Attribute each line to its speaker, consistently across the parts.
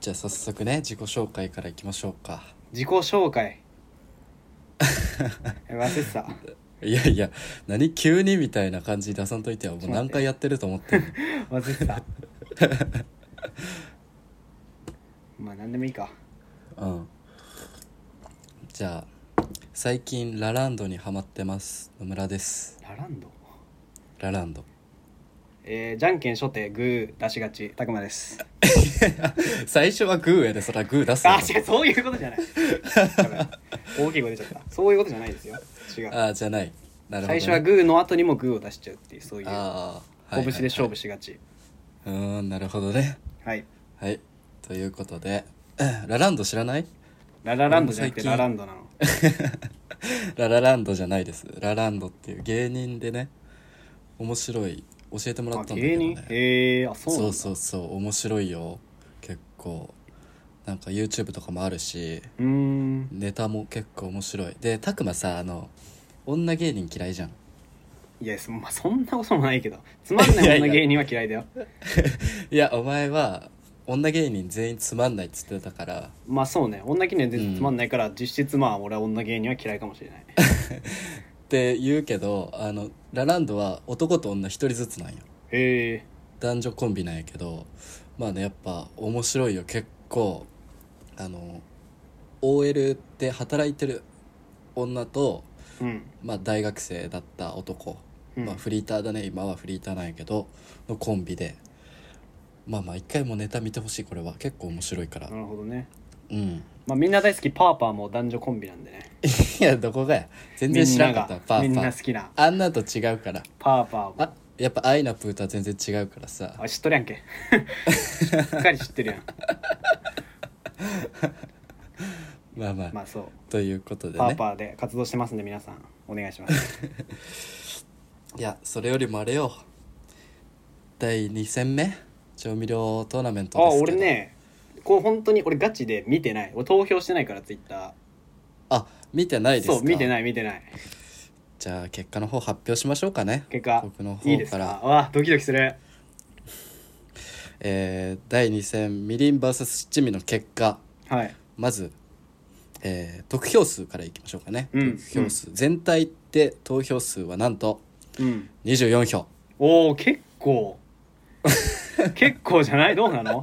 Speaker 1: じゃあ早速ね自己紹介からいきましょうか
Speaker 2: 自己紹介 え忘れてた
Speaker 1: いやいや何急にみたいな感じ出さんといてはも
Speaker 2: ち
Speaker 1: う
Speaker 2: ょっと待って
Speaker 1: 何回やってると思ってんの
Speaker 2: 忘れてたまあ何でもいいか
Speaker 1: うんじゃあ最近ラランドにハマってます野村です
Speaker 2: ラランド
Speaker 1: ララン ド
Speaker 2: えー、じゃんけん初手グー出しがちたく まです
Speaker 1: 最初はグーやでそらグー出すよ
Speaker 2: あ違うそういうことじゃないごめん大きい声出ちゃったそういうことじゃないですよ違う
Speaker 1: あーじゃないなるほどね、
Speaker 2: 最初はグーの後にもグーを出しちゃうっていうそういう
Speaker 1: ああ
Speaker 2: 拳で勝負
Speaker 1: し
Speaker 2: しがち
Speaker 1: うーんなるほどね
Speaker 2: はい
Speaker 1: はいということでラランド知らない
Speaker 2: ララランドじゃなくて
Speaker 1: 最近
Speaker 2: ラランドなの
Speaker 1: ララランドじゃないですラランドっていう芸人でね面白い教えてもら
Speaker 2: あ
Speaker 1: ったんだけ
Speaker 2: 芸
Speaker 1: ど
Speaker 2: 人
Speaker 1: ね
Speaker 2: へえー、あそうなん
Speaker 1: そ
Speaker 2: だ
Speaker 1: うそうそう面白いよ結構なんか YouTube とかもあるし
Speaker 2: うーん
Speaker 1: ネタも結構面白いでたくまさあの女芸人嫌いじゃん
Speaker 2: いやそ,、 まあ、そんなこともないけどつまんない女芸人は嫌いだよ
Speaker 1: いやお前は女芸人全員つまんないっつってたから
Speaker 2: まあそうね女芸人は全然つまんないから、実質まあ俺は女芸人は嫌いかもしれない
Speaker 1: って言うけどあのラランドは男と女一人ずつなんよ
Speaker 2: へえ
Speaker 1: 男女コンビなんやけどまあねやっぱ面白いよ結構あの OL で働いてる女と、
Speaker 2: うん、
Speaker 1: まあ、大学生だった男、
Speaker 2: うん
Speaker 1: まあ、フリーターだね今はフリーターなんやけどのコンビでまあまあ一回もネタ見てほしいこれは結構面白いから
Speaker 2: なるほどね
Speaker 1: うん
Speaker 2: まあみんな大好きパーパーも男女コンビなんでね
Speaker 1: いやどこがや全然知らんかった
Speaker 2: みんな
Speaker 1: パ
Speaker 2: がみ
Speaker 1: ー
Speaker 2: ん
Speaker 1: パ
Speaker 2: な
Speaker 1: ー
Speaker 2: 好きな
Speaker 1: あんなと違うから
Speaker 2: パーパーも
Speaker 1: あやっぱアイナプーとは全然違うからさ
Speaker 2: あ知っとる やんけしっかり知ってるやん
Speaker 1: まあまあ、
Speaker 2: まあそう
Speaker 1: ということで
Speaker 2: パ
Speaker 1: ね
Speaker 2: ーパーで活動してますんで皆さんお願いします
Speaker 1: いやそれよりもあれよ第2戦目調味料トーナメント
Speaker 2: あ
Speaker 1: ですけど
Speaker 2: 俺ねこれ本当に俺ガチで見てない俺投票してないからツイッタ
Speaker 1: あ見てない
Speaker 2: ー
Speaker 1: ですか
Speaker 2: そう見て
Speaker 1: い
Speaker 2: ない見てない
Speaker 1: じゃあ結果の方発表しましょうかね
Speaker 2: 結果
Speaker 1: 僕の方から
Speaker 2: いいですかわドキドキする
Speaker 1: えー第2戦みりん VS 七味の結果
Speaker 2: はい
Speaker 1: まず、えー得票数からいきましょうかね、
Speaker 2: うん
Speaker 1: 得票数、全体で投票数はなんと
Speaker 2: うん
Speaker 1: 24票
Speaker 2: おお結 構結構じゃないどうなの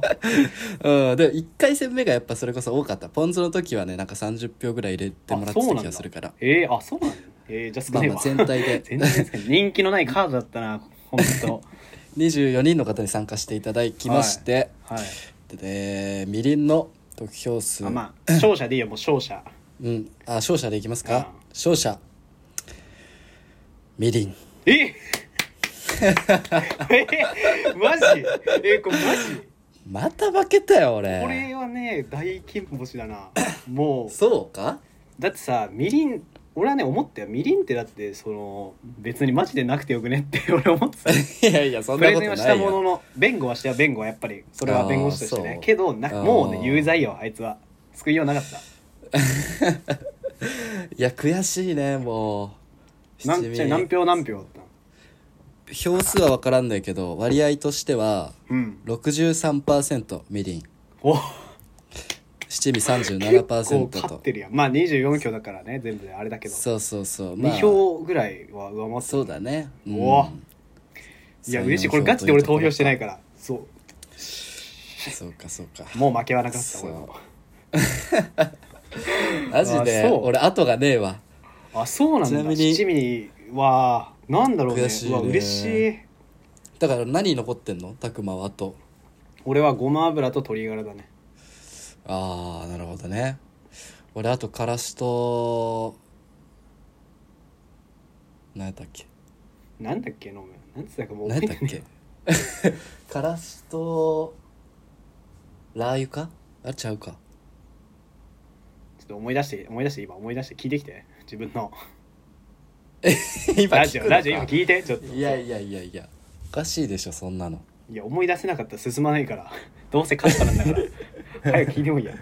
Speaker 1: うんで1回戦目がやっぱそれこそ多かったポン酢の時はねなんか30票ぐらい入れてもらって
Speaker 2: あそう
Speaker 1: た
Speaker 2: なん
Speaker 1: 気
Speaker 2: だ
Speaker 1: がするから
Speaker 2: えー、あそうなのえー、じゃ
Speaker 1: ま
Speaker 2: あ少
Speaker 1: あ
Speaker 2: ねえ
Speaker 1: ま
Speaker 2: わ、
Speaker 1: あ全体で
Speaker 2: 全然少ない人気のないカードだったな本当
Speaker 1: 24人の方に参加していただきまして、
Speaker 2: はい
Speaker 1: でみりんの得票数
Speaker 2: あまあ勝者でいいよもう勝者
Speaker 1: うんあ勝者でいきますか
Speaker 2: うん
Speaker 1: 勝者みりん
Speaker 2: え えマジえこれマジ
Speaker 1: また負けたよ
Speaker 2: こ
Speaker 1: 俺
Speaker 2: れはね大金星だなもう
Speaker 1: そうか
Speaker 2: だってさみりん俺はね思ったよみりんってだってその別にマジでなくてよくねって 俺思って た
Speaker 1: いやいやそん
Speaker 2: プ
Speaker 1: な
Speaker 2: レ
Speaker 1: こと
Speaker 2: ゼンはし
Speaker 1: な
Speaker 2: た
Speaker 1: い
Speaker 2: もの
Speaker 1: よ
Speaker 2: の弁護はしたよ弁護はやっぱりそれは弁護士として
Speaker 1: あーそ
Speaker 2: ね
Speaker 1: う
Speaker 2: けどな
Speaker 1: あー
Speaker 2: もうね有罪よあいつは救いようなかった
Speaker 1: いや悔しいねもう
Speaker 2: なん
Speaker 1: 七味
Speaker 2: じゃあ何票何票だったの
Speaker 1: 票数は分からんないけど割合としては
Speaker 2: うん
Speaker 1: 63%みりん
Speaker 2: お
Speaker 1: 七味
Speaker 2: 結構
Speaker 1: 37%
Speaker 2: 勝っ
Speaker 1: と
Speaker 2: てるやんまあ24票だからね全部であれだけど
Speaker 1: そうそうそうまあ
Speaker 2: 2票ぐらいは上回ってた
Speaker 1: そうだねん
Speaker 2: うわいや
Speaker 1: そう
Speaker 2: 嬉しいこれガチで俺投票してないいからそ
Speaker 1: そうかそうか
Speaker 2: うもう負けはなかった
Speaker 1: そう
Speaker 2: 俺も
Speaker 1: マジ
Speaker 2: あ
Speaker 1: で
Speaker 2: そう
Speaker 1: 俺後がねえわ
Speaker 2: あそうなん
Speaker 1: ちな
Speaker 2: だ
Speaker 1: みに
Speaker 2: 七味はなんだろうね
Speaker 1: 悔しいね
Speaker 2: うわ嬉しい
Speaker 1: だから何残ってんの拓磨はあと
Speaker 2: 俺はごま油と鶏ガラだね
Speaker 1: ああなるほどね俺あとからしと何やったっけ
Speaker 2: なんだっけ飲むなんつったかもう
Speaker 1: 何やったっ けからしとラー油かあれちゃうか
Speaker 2: ちょっと思い出して思い出して今思い出して聞いてきて自分の
Speaker 1: 今
Speaker 2: ラジ
Speaker 1: 聞くの
Speaker 2: オ
Speaker 1: か
Speaker 2: ラ ジオ今聞いてちょっと
Speaker 1: いやいやいやいやおかしいでしょそんなの
Speaker 2: いや思い出せなかったら進まないからどうせ勝ったんだから 早く聞いてもいいや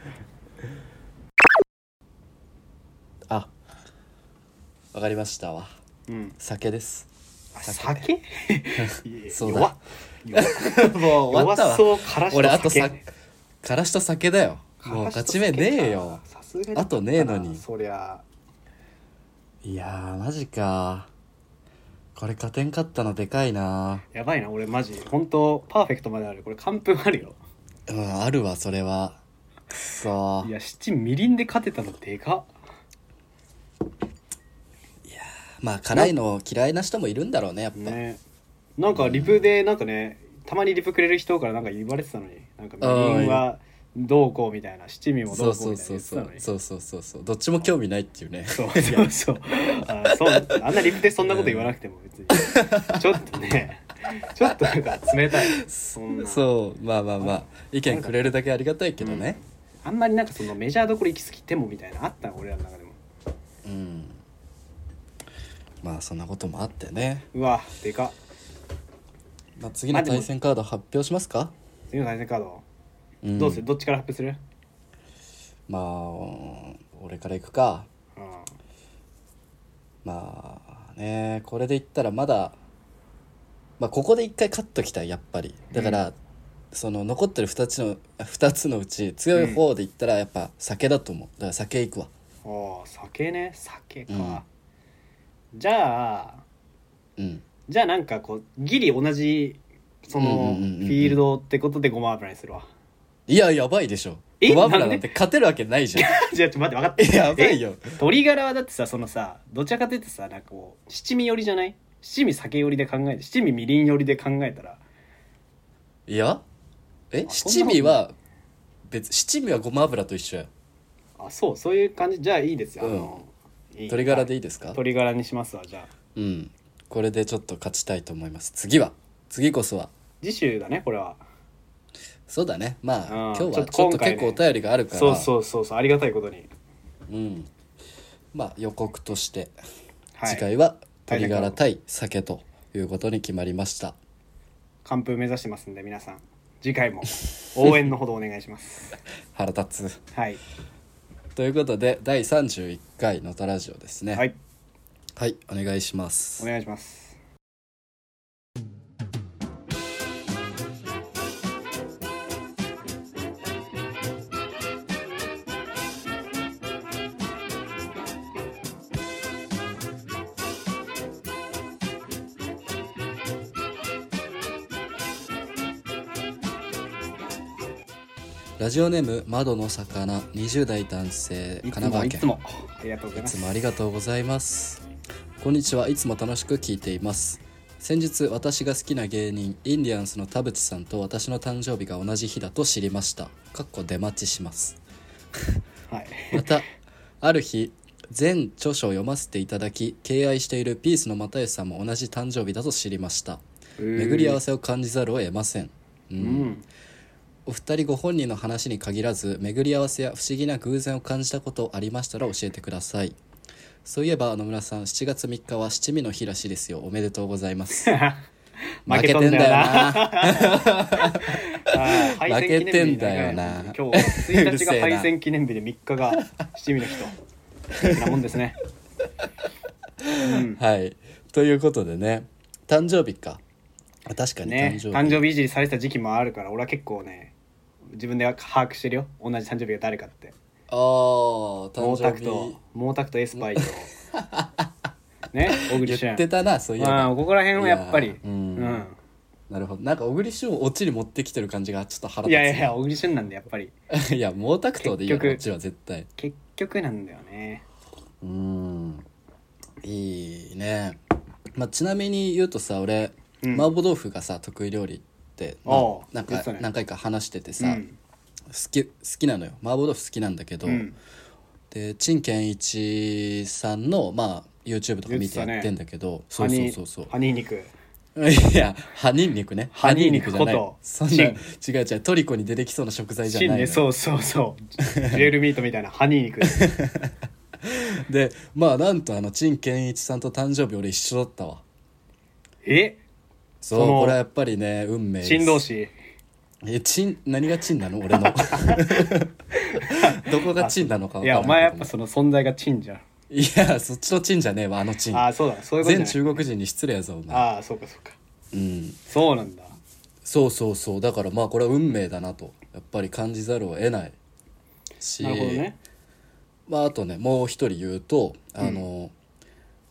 Speaker 1: あわかりましたわ
Speaker 2: うん
Speaker 1: 酒です
Speaker 2: あ酒い や
Speaker 1: そうだ
Speaker 2: 弱っ弱っ
Speaker 1: もう終わった
Speaker 2: 弱
Speaker 1: わ
Speaker 2: そうからしと
Speaker 1: 俺あとさ
Speaker 2: 酒
Speaker 1: からした酒だよもう勝ち目ねえよ
Speaker 2: さすがに
Speaker 1: あとねえのに
Speaker 2: そりゃ
Speaker 1: いやーマジかこれ加点勝ったのでかいな
Speaker 2: やばいな俺マジ本当パーフェクトまであるこれ完封あるよ
Speaker 1: うんあるわそれはくそ
Speaker 2: い
Speaker 1: いや
Speaker 2: や七みりんで勝てたのでかっ
Speaker 1: まあ辛いの嫌いな人もいるんだろうねやっぱ、
Speaker 2: ねなんかリプでなんかねたまにリプくれる人からなんか言われてたのになんかみりんはどうこうみたいな七味も
Speaker 1: そ
Speaker 2: ど
Speaker 1: う
Speaker 2: うこう
Speaker 1: そ
Speaker 2: み
Speaker 1: う
Speaker 2: たい
Speaker 1: そ
Speaker 2: な
Speaker 1: う
Speaker 2: 言って
Speaker 1: そ
Speaker 2: た
Speaker 1: う
Speaker 2: の
Speaker 1: そう
Speaker 2: に
Speaker 1: そうそうそうどっちも興味ないっていうね
Speaker 2: そうそうそうあそうあんなリプでそんなこと言わなくても 別にちょっとねちょっとなんか冷たいそんな
Speaker 1: そうまあまあまあ意見くれるだけありがたいけどね
Speaker 2: あんまりなんかそのメジャーどころ行き過ぎてもみたいなあったの俺らの中でも
Speaker 1: うん、まあそんなこともあってね、
Speaker 2: うわでかっ
Speaker 1: まあ、次の対戦カード発表しますか、
Speaker 2: 次の対戦カード、
Speaker 1: ん
Speaker 2: どうするどっちから発表する、
Speaker 1: まあ俺から行くか
Speaker 2: うん、
Speaker 1: まあねこれで言ったらまだ、まあ、ここで一回勝っときたいやっぱりだから、その残ってる2つの二つのうち強い方で言ったらやっぱ酒だと思うだから酒いくわ
Speaker 2: おー酒ね酒か、じゃあ
Speaker 1: うん
Speaker 2: じゃあなんかこうギリ同じその
Speaker 1: うんうん
Speaker 2: フ
Speaker 1: うんうんうん
Speaker 2: ィールドってことでごま油にするわ
Speaker 1: いややばいでしょ
Speaker 2: え
Speaker 1: ごま油
Speaker 2: なん
Speaker 1: な
Speaker 2: で
Speaker 1: んて勝てるわけないじゃ
Speaker 2: じゃあちょっと待って分かっ
Speaker 1: ん
Speaker 2: て
Speaker 1: やばいよ
Speaker 2: え鶏ガラはだってさそのさどちらかというとさなんかこう七味寄りじゃない七味酒寄りで考えて七味みりん寄りで考えたら
Speaker 1: いやえ
Speaker 2: あそん
Speaker 1: 七
Speaker 2: なこと
Speaker 1: 味は別七味はごま油と一緒や
Speaker 2: あそうそういう感じじゃあいいですよ、あのいい
Speaker 1: 鶏ガラでいいですか
Speaker 2: 鶏ガラにしますわじゃあ
Speaker 1: うんこれでちょっと勝ちたいと思います次は次こそは
Speaker 2: 次週だねこれは
Speaker 1: そうだねまあ
Speaker 2: う
Speaker 1: 今
Speaker 2: ん
Speaker 1: 日は
Speaker 2: ち
Speaker 1: ちょ
Speaker 2: ょっ
Speaker 1: っ
Speaker 2: と
Speaker 1: と
Speaker 2: 今
Speaker 1: 結
Speaker 2: 回ね
Speaker 1: 構お便りがあるから
Speaker 2: そうそうそうそうありがたいことに、
Speaker 1: うん、まあ予告として
Speaker 2: はい、
Speaker 1: 次回は
Speaker 2: はい
Speaker 1: 鶏ガラ対酒ということに決まりました、
Speaker 2: 完封目指してますんで皆さん次回も応援のほどお願いします
Speaker 1: 腹立つ
Speaker 2: はい
Speaker 1: ということで第31回のたラジオですね
Speaker 2: はい
Speaker 1: はい、お願いします
Speaker 2: お願いします
Speaker 1: ラジオネーム窓の魚20代男性
Speaker 2: い
Speaker 1: 神
Speaker 2: つ
Speaker 1: 奈
Speaker 2: も
Speaker 1: 川
Speaker 2: い
Speaker 1: 県
Speaker 2: つもありがとうござ
Speaker 1: い
Speaker 2: いま
Speaker 1: つ
Speaker 2: す
Speaker 1: もありがとうございます。こんにちは。いつも楽しく聞いています。先日私が好きな芸人インディアンスの田淵さんと私の誕生日が同じ日だと知りました。かっこ出待ちします。
Speaker 2: はい
Speaker 1: またある日全著書を読ませていただき敬愛しているピースの又吉さんも同じ誕生日だと知りました。 巡り合わせを感じざるを得ません。う
Speaker 2: うんん
Speaker 1: お二人ご本人の話に限らず巡り合わせや不思議な偶然を感じたことありましたら教えてくださいそういえば野村さん7月3日は七味の日らしいですよおめでとうございます
Speaker 2: 負けとんだよな
Speaker 1: 負けてんだよな
Speaker 2: あー敗戦記念日
Speaker 1: 負けてんだよな
Speaker 2: 今日は1日
Speaker 1: う
Speaker 2: が
Speaker 1: るせえな
Speaker 2: 敗戦記念日で3日が七味の日となもんですねうん
Speaker 1: はいということでね誕生日かあ確かに
Speaker 2: ね
Speaker 1: 誕生日、
Speaker 2: 誕生日いじりされてた時期もあるから俺は結構ね自分では把握してるよ同じ誕生日が誰かって
Speaker 1: ああ誕生
Speaker 2: 毛沢
Speaker 1: 日
Speaker 2: と毛沢とエス パイとね小栗
Speaker 1: 言
Speaker 2: 旬
Speaker 1: ってたなそういえ
Speaker 2: ま
Speaker 1: ば
Speaker 2: あここら辺はやっぱ
Speaker 1: い
Speaker 2: り
Speaker 1: やーうん
Speaker 2: うん
Speaker 1: なるほどなんか小栗旬をオチに持ってきてる感じがちょっと腹
Speaker 2: い
Speaker 1: 立つ
Speaker 2: やいやいや小栗旬なんでやっぱり
Speaker 1: いや毛沢東でいいよ
Speaker 2: 結局
Speaker 1: オチは絶対
Speaker 2: 結局なんだよね
Speaker 1: うーんいいね、まあ、ちなみに言うとさ俺、
Speaker 2: うん
Speaker 1: 麻婆豆腐がさ得意料理って、まあ
Speaker 2: おう
Speaker 1: なん
Speaker 2: 言っ
Speaker 1: か
Speaker 2: てたね
Speaker 1: 何回か話してて
Speaker 2: う
Speaker 1: さ、好
Speaker 2: ん
Speaker 1: き好きなのよ麻婆豆腐好きなんだけど、
Speaker 2: うん
Speaker 1: で陳建一さんの、まあ、YouTube とか見てやってんだけど、そうそうそうそう
Speaker 2: ハニー肉
Speaker 1: いや葉ニンニクね
Speaker 2: 葉ニンニク
Speaker 1: 葉じゃない
Speaker 2: こと
Speaker 1: そんな違う 違うトリコに出てきそうな食材じゃない
Speaker 2: 新
Speaker 1: の
Speaker 2: ね
Speaker 1: よ
Speaker 2: そうそうそうジュエルミートみたいなハニー 肉へ
Speaker 1: でまあなんとあの陳建一さんと誕生日俺一緒だったわ
Speaker 2: え
Speaker 1: そう
Speaker 2: その
Speaker 1: これはやっぱりね運命です
Speaker 2: 新同士
Speaker 1: えチン何がチンなの俺の どこがチンなのか
Speaker 2: い
Speaker 1: 分から
Speaker 2: や
Speaker 1: ん
Speaker 2: お
Speaker 1: けど
Speaker 2: 前やっぱその存在がチンじゃん
Speaker 1: いやそっちのチンじゃねえわあのチン
Speaker 2: ああそうだそういうことじ
Speaker 1: 全
Speaker 2: ゃない
Speaker 1: 中国人に失礼やぞお前、
Speaker 2: ああそうかそうか
Speaker 1: うん、
Speaker 2: そうなんだ
Speaker 1: そうそうそうだからまあこれは運命だなとやっぱり感じざるを得ないし、
Speaker 2: なるほどね
Speaker 1: まあ、あとねもう一人言うとあの、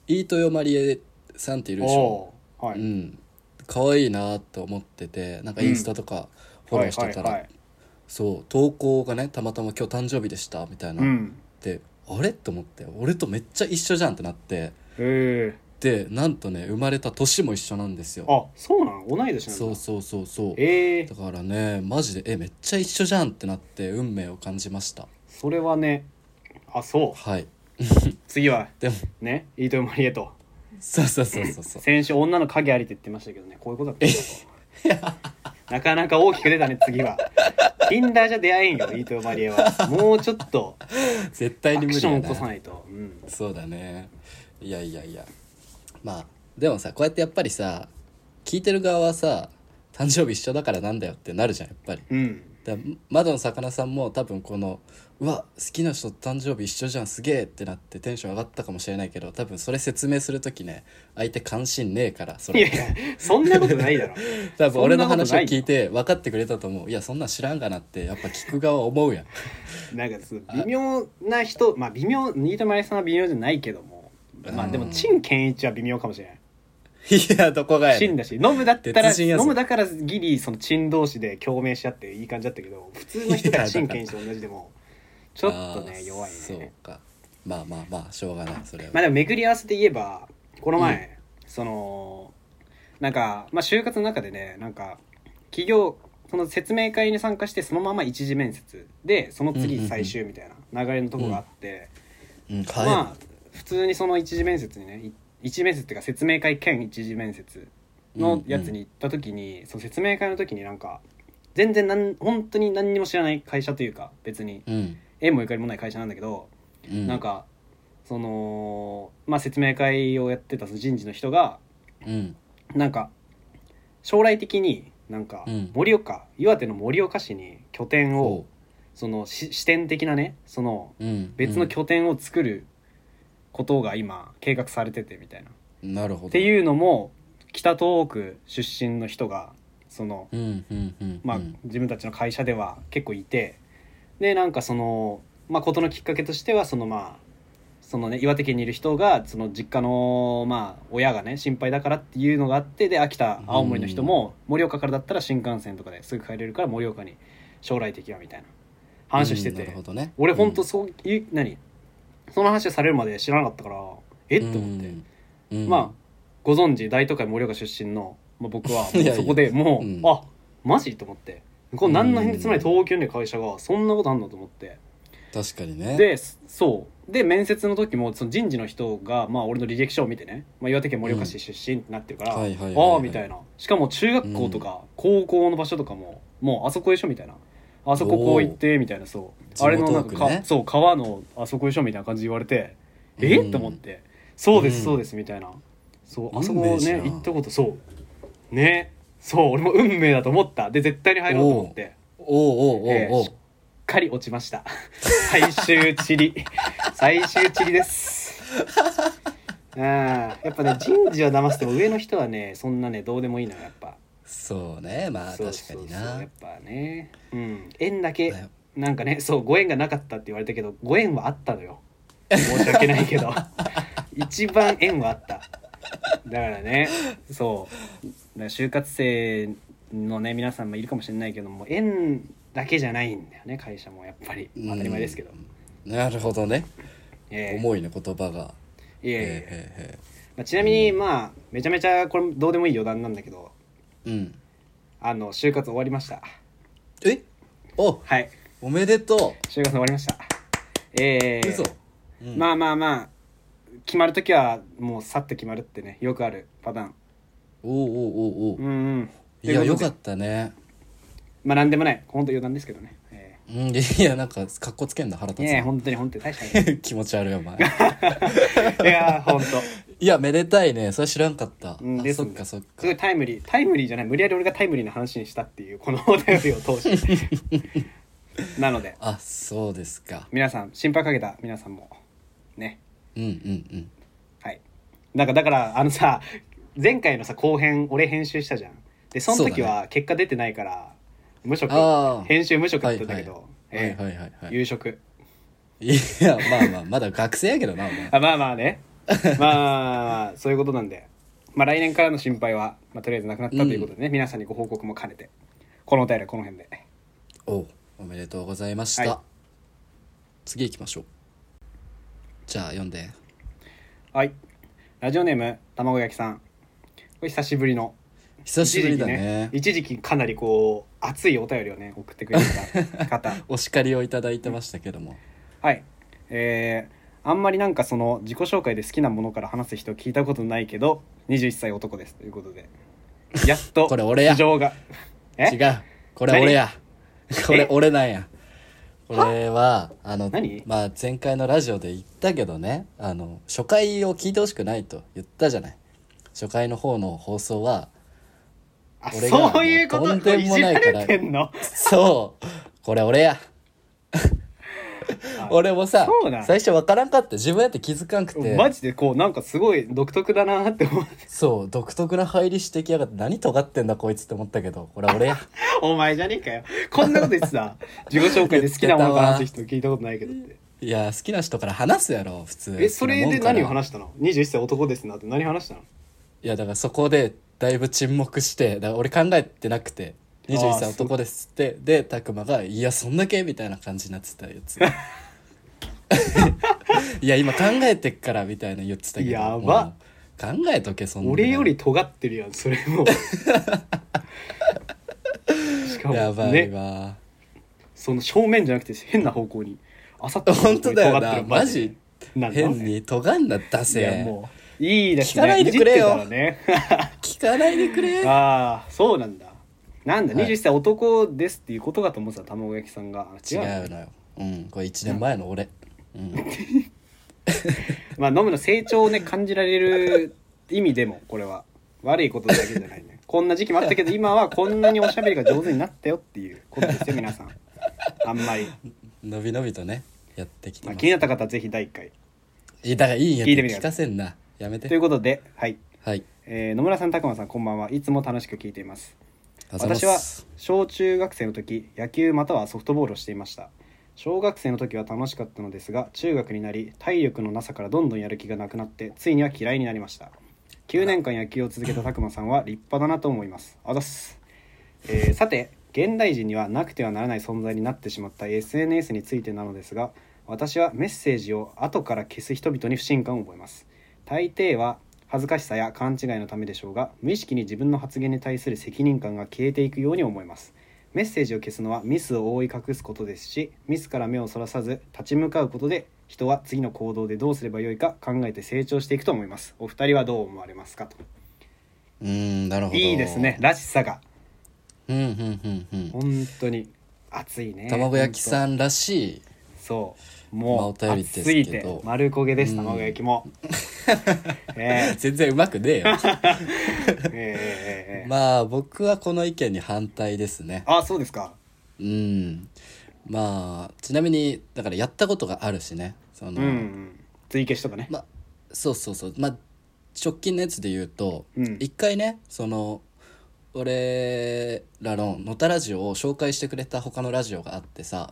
Speaker 1: 飯豊まりえさんっているでしょ、
Speaker 2: おーは
Speaker 1: う
Speaker 2: い、
Speaker 1: ん、可愛いなと思っててなんかインスタとかフォローしてたら、
Speaker 2: はいはいはい
Speaker 1: そう投稿がねたまたま今日誕生日でしたみたいな、
Speaker 2: うん
Speaker 1: であれと思って俺とめっちゃ一緒じゃんってなって
Speaker 2: え
Speaker 1: でなんとね生まれた年も一緒なんですよ
Speaker 2: ー、あそうなの同い年
Speaker 1: そ
Speaker 2: なんだ
Speaker 1: うそうそうそう
Speaker 2: ええ
Speaker 1: だからねマジでえめっちゃ一緒じゃんってなって運命を感じました
Speaker 2: それはねあそう
Speaker 1: はい
Speaker 2: 次は
Speaker 1: で も
Speaker 2: ね飯豊まりえと
Speaker 1: そうそうそうそう そう
Speaker 2: 先週女の影ありって言ってましたけどねこういうことだったんだと なかなか大きく出たね次は Tinder じゃ出会えんよ飯豊まりえはもうちょっと
Speaker 1: 絶
Speaker 2: ア
Speaker 1: 対に無
Speaker 2: ク
Speaker 1: 理
Speaker 2: ショ
Speaker 1: だ
Speaker 2: ン起こさ
Speaker 1: ね
Speaker 2: ないと、うん、
Speaker 1: そうだねいやいやいやまあでもさこうやってやっぱりさ聞いてる側はさ誕生日一緒だからなんだよってなるじゃんやっぱり
Speaker 2: うん
Speaker 1: だから窓の魚さんも多分このうわ好きな人と誕生日一緒じゃんすげえってなってテンション上がったかもしれないけど多分それ説明する時ね相手関心ねえからそ
Speaker 2: いや
Speaker 1: れ
Speaker 2: いやそんなことないだろ
Speaker 1: 多分俺の
Speaker 2: そんなこ
Speaker 1: 話
Speaker 2: と
Speaker 1: を
Speaker 2: ないよ
Speaker 1: 聞いて分かってくれたと思ういやそんなん知らんがなってやっぱ聞く側は思うやん
Speaker 2: なんかそう微妙な人まあ微妙飯豊まりえさんは微妙じゃないけどもまあでも
Speaker 1: うん
Speaker 2: 陳健一は微妙かもしれない
Speaker 1: いやどこがやね
Speaker 2: 陳
Speaker 1: ん
Speaker 2: だし飲むだったら
Speaker 1: 鉄人や
Speaker 2: 飲
Speaker 1: ぞ
Speaker 2: むだからギリその陳同士で共鳴し合っていい感じだったけど普通の人が陳健一と同じでもちょっと
Speaker 1: あ
Speaker 2: ね
Speaker 1: ー
Speaker 2: 弱い
Speaker 1: そう
Speaker 2: ね
Speaker 1: かまあまあまあしょうがないそれは、
Speaker 2: まあでも巡り合わせで言えばこの前、そのなんか、まあ、就活の中でねなんか企業その説明会に参加してそのまま一次面接でその
Speaker 1: うんうんう
Speaker 2: 次
Speaker 1: ん
Speaker 2: 最終みたいな流れのとこがあって、
Speaker 1: うん帰る、
Speaker 2: まあ普通にその一次面接にねい一次面接っていうか説明会兼一次面接のやつに行った時に、その説明会の時になんか全然なん本当に何にも知らない会社というか別に
Speaker 1: うん、
Speaker 2: 縁もゆかりもない会社なんだけど
Speaker 1: うん、
Speaker 2: なん、かその、まあ、説明会をやってたその人事の人が
Speaker 1: うん、
Speaker 2: なんか将来的になんか
Speaker 1: うん
Speaker 2: 盛岡、岩手の盛岡市に拠点を
Speaker 1: そ
Speaker 2: そのし視点的なねその
Speaker 1: う、うん、
Speaker 2: 別の拠点を作ることが今計画されててみたいな。っ
Speaker 1: うんなるほど
Speaker 2: ていうのも北東北出身の人がその、
Speaker 1: うんうんうんうん
Speaker 2: まあ、自分たちの会社では結構いてでなんかその、まあ、ことのきっかけとしてはそのまあそのね岩手県にいる人がその実家のまあ親がね心配だからっていうのがあってで秋田青森の人も盛岡からだったら新幹線とかですぐ帰れるから盛岡に将来的はみたいな話をして
Speaker 1: うんな
Speaker 2: て
Speaker 1: る、ほどね
Speaker 2: 俺ほんとそういう、何その話をされるまで知らなかったからえっと思って、
Speaker 1: うん、うん
Speaker 2: まあご存知大都会盛岡出身の、まあ、僕は
Speaker 1: いやいや
Speaker 2: そこでもう
Speaker 1: うん
Speaker 2: あマジと思ってこれ何の変哲もない東京にある会社がそんなことあんのと思って
Speaker 1: 確かにね
Speaker 2: でそうで面接の時もその人事の人が、まあ、俺の履歴書を見てね、まあ、岩手県盛岡市出身ってなってるから、
Speaker 1: はいはいはいはい
Speaker 2: ああみたいなしかも中学校とか高校の場所とかも、もうあそこでしょみたいなあそここう行ってみたいなそう
Speaker 1: 地元
Speaker 2: あれのなん
Speaker 1: 奥
Speaker 2: かか、
Speaker 1: ね
Speaker 2: そう川のあそこでしょみたいな感じで言われてえ
Speaker 1: うん
Speaker 2: と思ってそうです
Speaker 1: うん
Speaker 2: そうですみたいな、そうあそ
Speaker 1: 運
Speaker 2: こ
Speaker 1: 命じゃ
Speaker 2: ね
Speaker 1: ん
Speaker 2: 行ったことそうねそう俺も運命だと思ったで絶対に入ろうと思って。
Speaker 1: おうおうおうおう、
Speaker 2: えーしっかり落ちました。 最終チリ。最終チリ です。ああ、やっぱね、人事は騙しても上の人はね、そんなね、どうでもいいのよ、やっぱ。
Speaker 1: そうねまあ
Speaker 2: そう
Speaker 1: 確か
Speaker 2: そう
Speaker 1: に
Speaker 2: そうや
Speaker 1: な
Speaker 2: っぱね。うん。縁だけ
Speaker 1: だよ、
Speaker 2: なんかね、そう、ご縁がなかったって言われたけど、ご縁はあったのよ。申し訳ないけ ど。一番縁はあった。だからね、そう。だから就活生のね、皆さんもいるかもしれないけども、縁だけじゃないんだよね、会社もやっぱり。
Speaker 1: うん
Speaker 2: 当たり前ですけど。
Speaker 1: なるほどね
Speaker 2: ええ
Speaker 1: 重いね言葉が
Speaker 2: いやいやいや
Speaker 1: え
Speaker 2: まあ、ちなみに、まあ、めちゃめちゃ、これ、どうでもいい余談なんだけど、
Speaker 1: えええうん
Speaker 2: あの、就活終わりました。
Speaker 1: えお
Speaker 2: はい。
Speaker 1: おめでと
Speaker 2: 就活終わりました。え
Speaker 1: う
Speaker 2: え
Speaker 1: 嘘、うん
Speaker 2: まあまあまあ決まる時はもうさっと決まるってねよくあるパターン
Speaker 1: おうおうおうおう
Speaker 2: うんうん
Speaker 1: いやよか
Speaker 2: った
Speaker 1: ったね
Speaker 2: まあなんでもない本当余談ですけどねえ
Speaker 1: うんいやなんかかっこつけんだ腹
Speaker 2: え
Speaker 1: 立
Speaker 2: い
Speaker 1: つ
Speaker 2: やいや
Speaker 1: な、
Speaker 2: 本当に本当に大したこ
Speaker 1: 気持ち悪いお前
Speaker 2: とない いや本当
Speaker 1: いやめでたいねそれ知らんかった、
Speaker 2: うん
Speaker 1: あ
Speaker 2: です
Speaker 1: そっ
Speaker 2: んで
Speaker 1: かそっか
Speaker 2: すごいタイムリータイムリーじゃない無理やり俺がタイムリーな話にしたっていうこのお便りを通して なので
Speaker 1: あそうですか
Speaker 2: 皆さん心配かけた皆さんもね
Speaker 1: うんうん
Speaker 2: はいなんかだからあのさ前回のさ後編俺編集したじゃんでその時
Speaker 1: そうだ
Speaker 2: は結果出てないから無職
Speaker 1: あ
Speaker 2: 編集無職だったんだけど、
Speaker 1: あはい
Speaker 2: ええ
Speaker 1: はいはいはい
Speaker 2: 夕食
Speaker 1: いやまあまあまだ学生やけどなお前
Speaker 2: あまあまあ ねまあそういうことなんで、まあ、来年からの心配は、まあ、とりあえずなくなったということでね、皆さんにご報告も兼ねてこのお便りはこの辺で
Speaker 1: おうおめでとうございました、
Speaker 2: はい
Speaker 1: 次行きましょうじゃあ読んで
Speaker 2: はいラジオネーム卵焼きさんこれ久しぶりの
Speaker 1: 久しぶりだね
Speaker 2: 一時期かなりこう熱いお便りをね送ってくれた 方
Speaker 1: お叱りをいただいてましたけども、
Speaker 2: はいえー、あんまりなんかその自己紹介で好きなものから話す人聞いたことないけど21歳男ですということでやっ と
Speaker 1: これ俺や
Speaker 2: 市場がえ
Speaker 1: 違うこれ俺やこれ俺なんやこれはあの
Speaker 2: 何
Speaker 1: まあ、前回のラジオで言ったけどねあの初回を聞いてほしくないと言ったじゃない初回の方の放送は
Speaker 2: あ
Speaker 1: 俺が
Speaker 2: そういうこ
Speaker 1: も
Speaker 2: と
Speaker 1: うとんでもないから
Speaker 2: いじられてんの
Speaker 1: そうこれ俺や
Speaker 2: あ
Speaker 1: 俺もさ
Speaker 2: そうなん
Speaker 1: 最初分からんかって自分やって気づかんくて
Speaker 2: マジでこうなんかすごい独特だなって思って
Speaker 1: そう独特な入りしてきやがって何尖ってんだこいつって思ったけどこれ俺や
Speaker 2: お前じゃねえかよこんなこと言っ てた自己紹介で好きなものから話す人聞いたことないけどって
Speaker 1: いや好きな人から話すやろ普通
Speaker 2: えそれで何を
Speaker 1: す
Speaker 2: 話したの21歳男ですなって何話したの
Speaker 1: いやだからそこでだいぶ沈黙してだから俺考えてなくて21
Speaker 2: あー
Speaker 1: 歳
Speaker 2: そう
Speaker 1: 男ですってで拓磨が「いやそんだけ?」みたいな感じになってたや ついや今考えてっからみたいな言ってたけど
Speaker 2: やば
Speaker 1: もう考えとけそんな
Speaker 2: 俺より尖ってるやんそれ もしか
Speaker 1: やば
Speaker 2: も
Speaker 1: い
Speaker 2: ね
Speaker 1: わ、
Speaker 2: その正面じゃなくて変な方向にあさって
Speaker 1: 本当だよな
Speaker 2: な
Speaker 1: 変
Speaker 2: い
Speaker 1: に尖んな出
Speaker 2: や
Speaker 1: せ
Speaker 2: もういいですね
Speaker 1: 聞かないでくれよ
Speaker 2: じってたらね
Speaker 1: 聞かないでくれ
Speaker 2: ああそうなんだなんだ、
Speaker 1: はい
Speaker 2: 21歳男ですっていうことかと思ってた卵焼きさんが
Speaker 1: 違うのようんこれ1年前の俺、うん、
Speaker 2: まあ飲むの成長をね感じら れる意味でもこれは悪いことだけじゃないねこんな時期もあったけど今はこんなにおしゃべりが上手になったよっていうことですよ皆さんあんまり、
Speaker 1: のびのびとねやってきて
Speaker 2: まあ、
Speaker 1: ます
Speaker 2: 気になった方はぜひ第1回
Speaker 1: いやだからいいんやっ
Speaker 2: 聞
Speaker 1: て
Speaker 2: いてみてく
Speaker 1: 聞
Speaker 2: だ
Speaker 1: かせんなやめ
Speaker 2: とい
Speaker 1: て
Speaker 2: うことではい、
Speaker 1: はい
Speaker 2: えー野村さんたくまさんこんばんはいつも楽しく聞いています
Speaker 1: あざま
Speaker 2: 私
Speaker 1: す
Speaker 2: は小中学生の時野球またはソフトボールをしていました小学生の時は楽しかったのですが中学になり体力のなさからどんどんやる気がなくなってついには嫌いになりました9年間野球を続けた拓磨さんは立派だなと思いますあざっす、えーさて現代人にはなくてはならない存在になってしまった SNS についてなのですが私はメッセージを後から消す人々に不信感を覚えます大抵は恥ずかしさや勘違いのためでしょうが無意識に自分の発言に対する責任感が消えていくように思いますメッセージを消すのはミスを覆い隠すことですしミスから目をそらさず立ち向かうことで人は次の行動でどうすればよいか考えて成長していくと思いますお二人はどう思われますかと
Speaker 1: うーんなるほど
Speaker 2: いいですねらしさが
Speaker 1: うんうんうんうん
Speaker 2: 本当に熱いね
Speaker 1: 卵焼きさんらしい
Speaker 2: んそう
Speaker 1: まあ
Speaker 2: も
Speaker 1: お
Speaker 2: う
Speaker 1: 便りですけ
Speaker 2: 熱
Speaker 1: ど
Speaker 2: すぎて丸焦げです
Speaker 1: うん
Speaker 2: 卵焼 きもえ
Speaker 1: 全然うまくねえよ
Speaker 2: ーえーえーえー
Speaker 1: まあ僕はこの意見に反対ですね
Speaker 2: あそうですか
Speaker 1: うんまあちなみにだからやったことがあるしねその、
Speaker 2: うんうん追消しとかね
Speaker 1: まあそうそうそうまあ直近のやつで言うと
Speaker 2: うん
Speaker 1: 一、回ねその俺らの「のたラジオ」を紹介してくれた他のラジオがあってさあ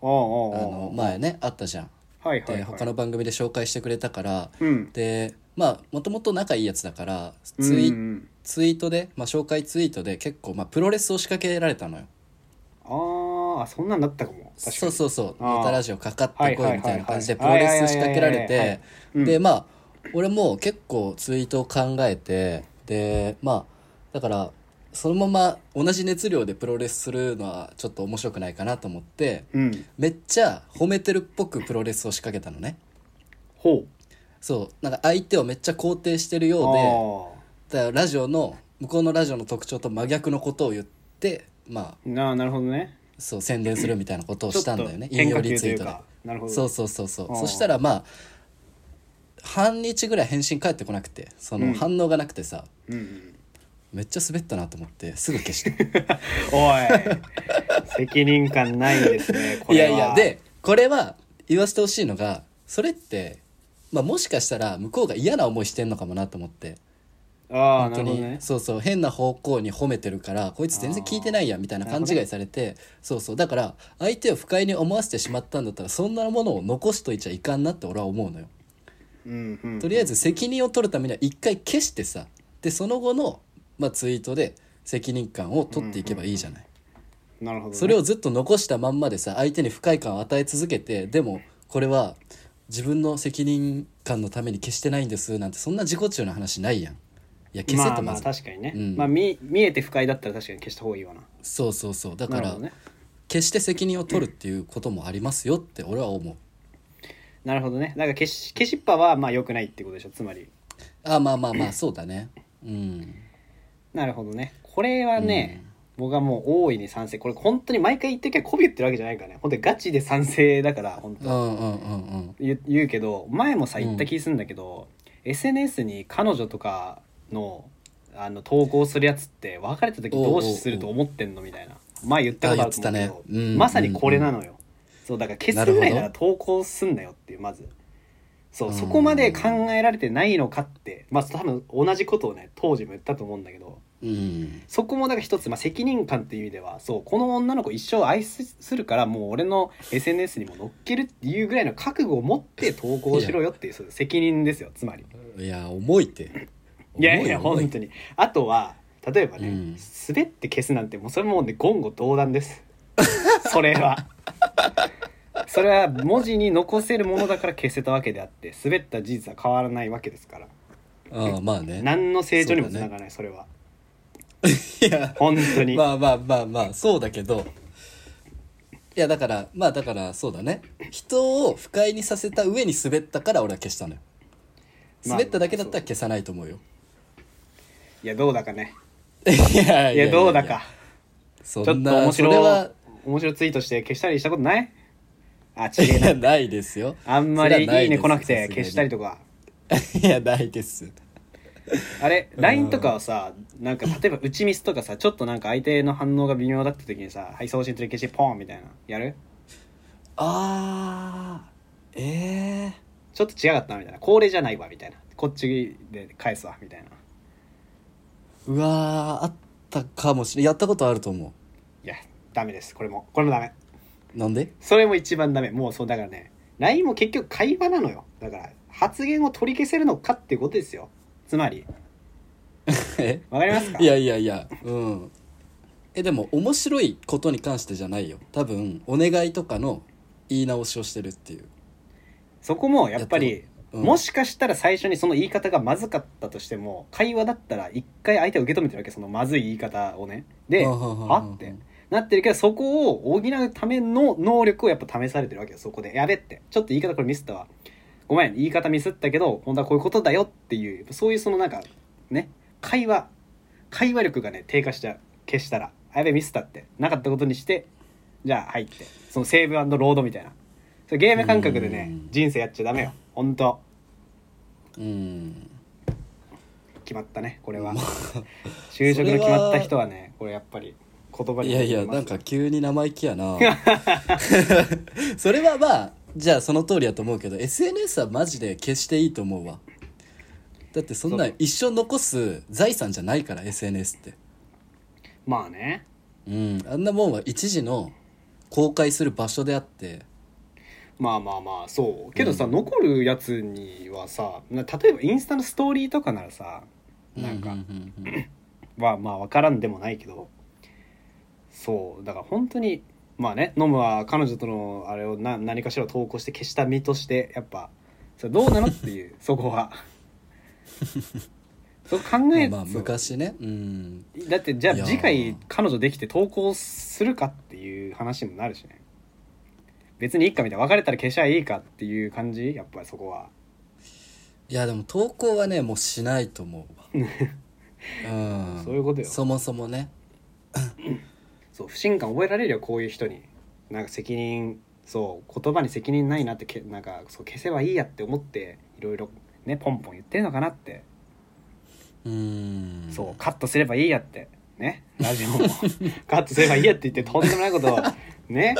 Speaker 2: おうおうおう
Speaker 1: の前ねあったじゃん。
Speaker 2: はいはい、は
Speaker 1: で
Speaker 2: い、
Speaker 1: 他の番組で紹介してくれたから
Speaker 2: うん
Speaker 1: でまあもともと仲いいやつだから
Speaker 2: う
Speaker 1: ツイ,、
Speaker 2: んうん
Speaker 1: ツイートで、まあ、紹介ツイートで結構、まあ、プロレスを仕掛けられたのよ
Speaker 2: ああそんなんだったかも確かに
Speaker 1: そうそうそう「
Speaker 2: あー
Speaker 1: ネタラジオかかってこい」みたいな感じでプ
Speaker 2: は
Speaker 1: ロ
Speaker 2: いはい
Speaker 1: レ
Speaker 2: はいはい
Speaker 1: ス仕掛けられ
Speaker 2: はいはいはい
Speaker 1: て
Speaker 2: うん
Speaker 1: でまあ俺も結構ツイートを考えてでまあだからそのまま同じ熱量でプロレスするのはちょっと面白くないかなと思って
Speaker 2: うん
Speaker 1: めっちゃ褒めてるっぽくプロレスを仕掛けたのね
Speaker 2: ほう
Speaker 1: そうなんか相手をめっちゃ肯定してるようでだからラジオの向こうのラジオの特徴と真逆のことを言ってまあ
Speaker 2: あーなあなるほどね
Speaker 1: そう宣伝するみたいなことを
Speaker 2: ちょ
Speaker 1: し
Speaker 2: っと
Speaker 1: たんだよね引
Speaker 2: 変
Speaker 1: 用
Speaker 2: 化
Speaker 1: リ
Speaker 2: 球と
Speaker 1: ツイ
Speaker 2: い
Speaker 1: ー
Speaker 2: う
Speaker 1: トで
Speaker 2: かなるほど
Speaker 1: そうそうそうそう
Speaker 2: あー
Speaker 1: そしたらまあ半日ぐらい返信返ってこなくてそ
Speaker 2: うん
Speaker 1: の反応がなくてさ、
Speaker 2: うんうん、
Speaker 1: めっちゃ滑ったなと思ってすぐ消した
Speaker 2: おい 責任感ないですねこ
Speaker 1: い
Speaker 2: れ
Speaker 1: や
Speaker 2: はい
Speaker 1: やでこれは言わせてほしいのがそれって、まあ、もしかしたら向こうが嫌な思いしてんのかもなと思って本
Speaker 2: ああな
Speaker 1: 当
Speaker 2: るほど
Speaker 1: に、
Speaker 2: ね
Speaker 1: そうそう変な方向に褒めてるからこいつ全然聞いてないやみたいな勘違いされて、そうそうだから相手を不快に思わせてしまったんだったらそんなものを残しといちゃいかんなって俺は思うのよ。
Speaker 2: うんうん
Speaker 1: とりあえず責任を取るためには一回消してさでその後の、まあ、ツイートで責任感を取っていけばいいじゃない、
Speaker 2: なるほどね、
Speaker 1: それをずっと残したまんまでさ相手に不快感を与え続けてでもこれは自分の責任感のために消してないんですなんてそんな自己中な話ないやんいや消せ
Speaker 2: まあ
Speaker 1: とま
Speaker 2: まあ
Speaker 1: ず、
Speaker 2: 確かにね、
Speaker 1: うん
Speaker 2: まあ見見えて不快だったら確かに消した方がいいわな
Speaker 1: そうそうそうだ
Speaker 2: な
Speaker 1: か
Speaker 2: る
Speaker 1: ら
Speaker 2: ほどね
Speaker 1: 決して責任を取るっていうこともありますよって俺は思う
Speaker 2: なるほどねだから消し消しっぱはまあ良くないってことでしょつまり
Speaker 1: あまあまあまあそうだねうん
Speaker 2: なるほどねこれはね、僕はもう大いに賛成これ本当に毎回言ってるけど媚び言ってるわけじゃないからね本当にガチで賛成だから本
Speaker 1: う
Speaker 2: 当
Speaker 1: んうんうんうん
Speaker 2: 言う言うけど前もさ
Speaker 1: うん
Speaker 2: 言った気するんだけど、SNS に彼女とかのあの投稿するやつって別れた時どうすると思ってんのみたいな前言ったことあると思うけ
Speaker 1: あ言
Speaker 2: ど
Speaker 1: っ、てたねうん
Speaker 2: まさにこれなのよ、そうだから消すぐらいなら投稿すんなよっていうまずそううんそこまで考えられてないのかってまあ多分同じことをね当時も言ったと思うんだけど
Speaker 1: うん
Speaker 2: そこもだから一つ、まあ、責任感っていう意味ではそうこの女の子一生愛すするからもう俺の SNS にも乗っけるっていうぐらいの覚悟を持って投稿しろよっていうそう責任ですよつまり
Speaker 1: いや重いって
Speaker 2: いやいや
Speaker 1: 重
Speaker 2: 本当にあとは例えばね、
Speaker 1: うん
Speaker 2: 滑って消すなんてもうそれもうね言語道断ですそれはそれは文字に残せるものだから消せたわけであって滑った事実は変わらないわけですから
Speaker 1: うんまあね
Speaker 2: 何の成長にもつながらないそ,、れはい
Speaker 1: や
Speaker 2: 本当に、
Speaker 1: まあまあまあまあそうだけどいやだからまあだからそうだね人を不快にさせた上に滑ったから俺は消したのよ
Speaker 2: まあ
Speaker 1: 滑っただけだったら消さないと思うよ
Speaker 2: いやどうだかね
Speaker 1: いや
Speaker 2: いやどうだか
Speaker 1: そ
Speaker 2: ちょ
Speaker 1: ん
Speaker 2: っと
Speaker 1: な
Speaker 2: 面
Speaker 1: それは
Speaker 2: 白面白ツイートして消したりしたことないあち
Speaker 1: い
Speaker 2: げえな
Speaker 1: やないですよ
Speaker 2: あんまりいい
Speaker 1: それはないで
Speaker 2: ね
Speaker 1: す
Speaker 2: 来なくて
Speaker 1: さすがに
Speaker 2: 消したりとか
Speaker 1: いやないです
Speaker 2: あれ LINE とかはさなんか例えば打ちミスとかさちょっとなんか相手の反応が微妙だった時にさ「はい送信取り消しポン」みたいなやる
Speaker 1: あーえ
Speaker 2: ちょっと違かったなみたいなこれじゃないわみたいなこっちで返すわみたいな
Speaker 1: ー、うわーあったかもしれんやったことあると思
Speaker 2: いやダメですこれもこれもダメ
Speaker 1: うなん で
Speaker 2: それも一番ダメもうそうだからね LINE も結局会話なのよだから発言を取り消せるのかっていうことですよつまり
Speaker 1: え
Speaker 2: わかります か
Speaker 1: いやいやいやうんえでも面白いことに関してじゃないよ多分お願いとかの言い直しをしてるっていう、
Speaker 2: そこもやっぱり
Speaker 1: うん
Speaker 2: もしかしたら最初にその言い方がまずかったとしても会話だったら一回相手を受け止めてるわけそのまずい言い方をねで
Speaker 1: うんうんうんうん
Speaker 2: あってなってるけどそこを補うための能力をやっぱ試されてるわけよそこでやべってちょっと言い方これミスったわごめん言い方ミスったけど本当はこういうことだよっていうそういうそのなんかね会話会話力がね低下しちゃう消したらあやべミスったってなかったことにしてじゃあ入ってそのセーブロードみたいなそれゲーム感覚でね
Speaker 1: うん
Speaker 2: 人生やっちゃダメよ本当
Speaker 1: うん
Speaker 2: 決まったねこれは
Speaker 1: まあ
Speaker 2: 就職の決まった人はねこれやっぱり言葉に
Speaker 1: いやいやなんか急に生意気や なそれはまあじゃあその通りやと思うけど SNS はマジで消していいと思うわだってそんな
Speaker 2: そ
Speaker 1: ん
Speaker 2: う
Speaker 1: 一生残す財産じゃないから SNS って
Speaker 2: まあね
Speaker 1: うんあんなもんは一時の公開する場所であって
Speaker 2: まあまあまあそうけどさ、
Speaker 1: うん
Speaker 2: 残るやつにはさな例えばインスタのストーリーとかならさなんか
Speaker 1: ううんうんうん
Speaker 2: はまあ分からんでもないけどそうだから本当にまあねノムは彼女とのあれをな何かしら投稿して消した身としてやっぱそれどうなのっていうそこ はそう考
Speaker 1: ま
Speaker 2: え
Speaker 1: あまあ
Speaker 2: そう
Speaker 1: 昔ねうん
Speaker 2: だってじゃあ
Speaker 1: いやー
Speaker 2: 次回彼女できて投稿するかっていう話にもなるしね別にいいかみたいな別れたら消しゃいいかっていう感じやっぱりそこはい
Speaker 1: やでも投稿はねもうしないと思 うわうん
Speaker 2: そういうことよ
Speaker 1: そもそもね
Speaker 2: そう不信感覚えられるよこういう人になんか責任そう言葉に責任ないなってけなんかそう消せばいいやって思っていろいろねポンポン言ってんのかなって、
Speaker 1: うん
Speaker 2: そうカットすればいいやってねラジ オもカットすればいいやって言ってとんでもないことをね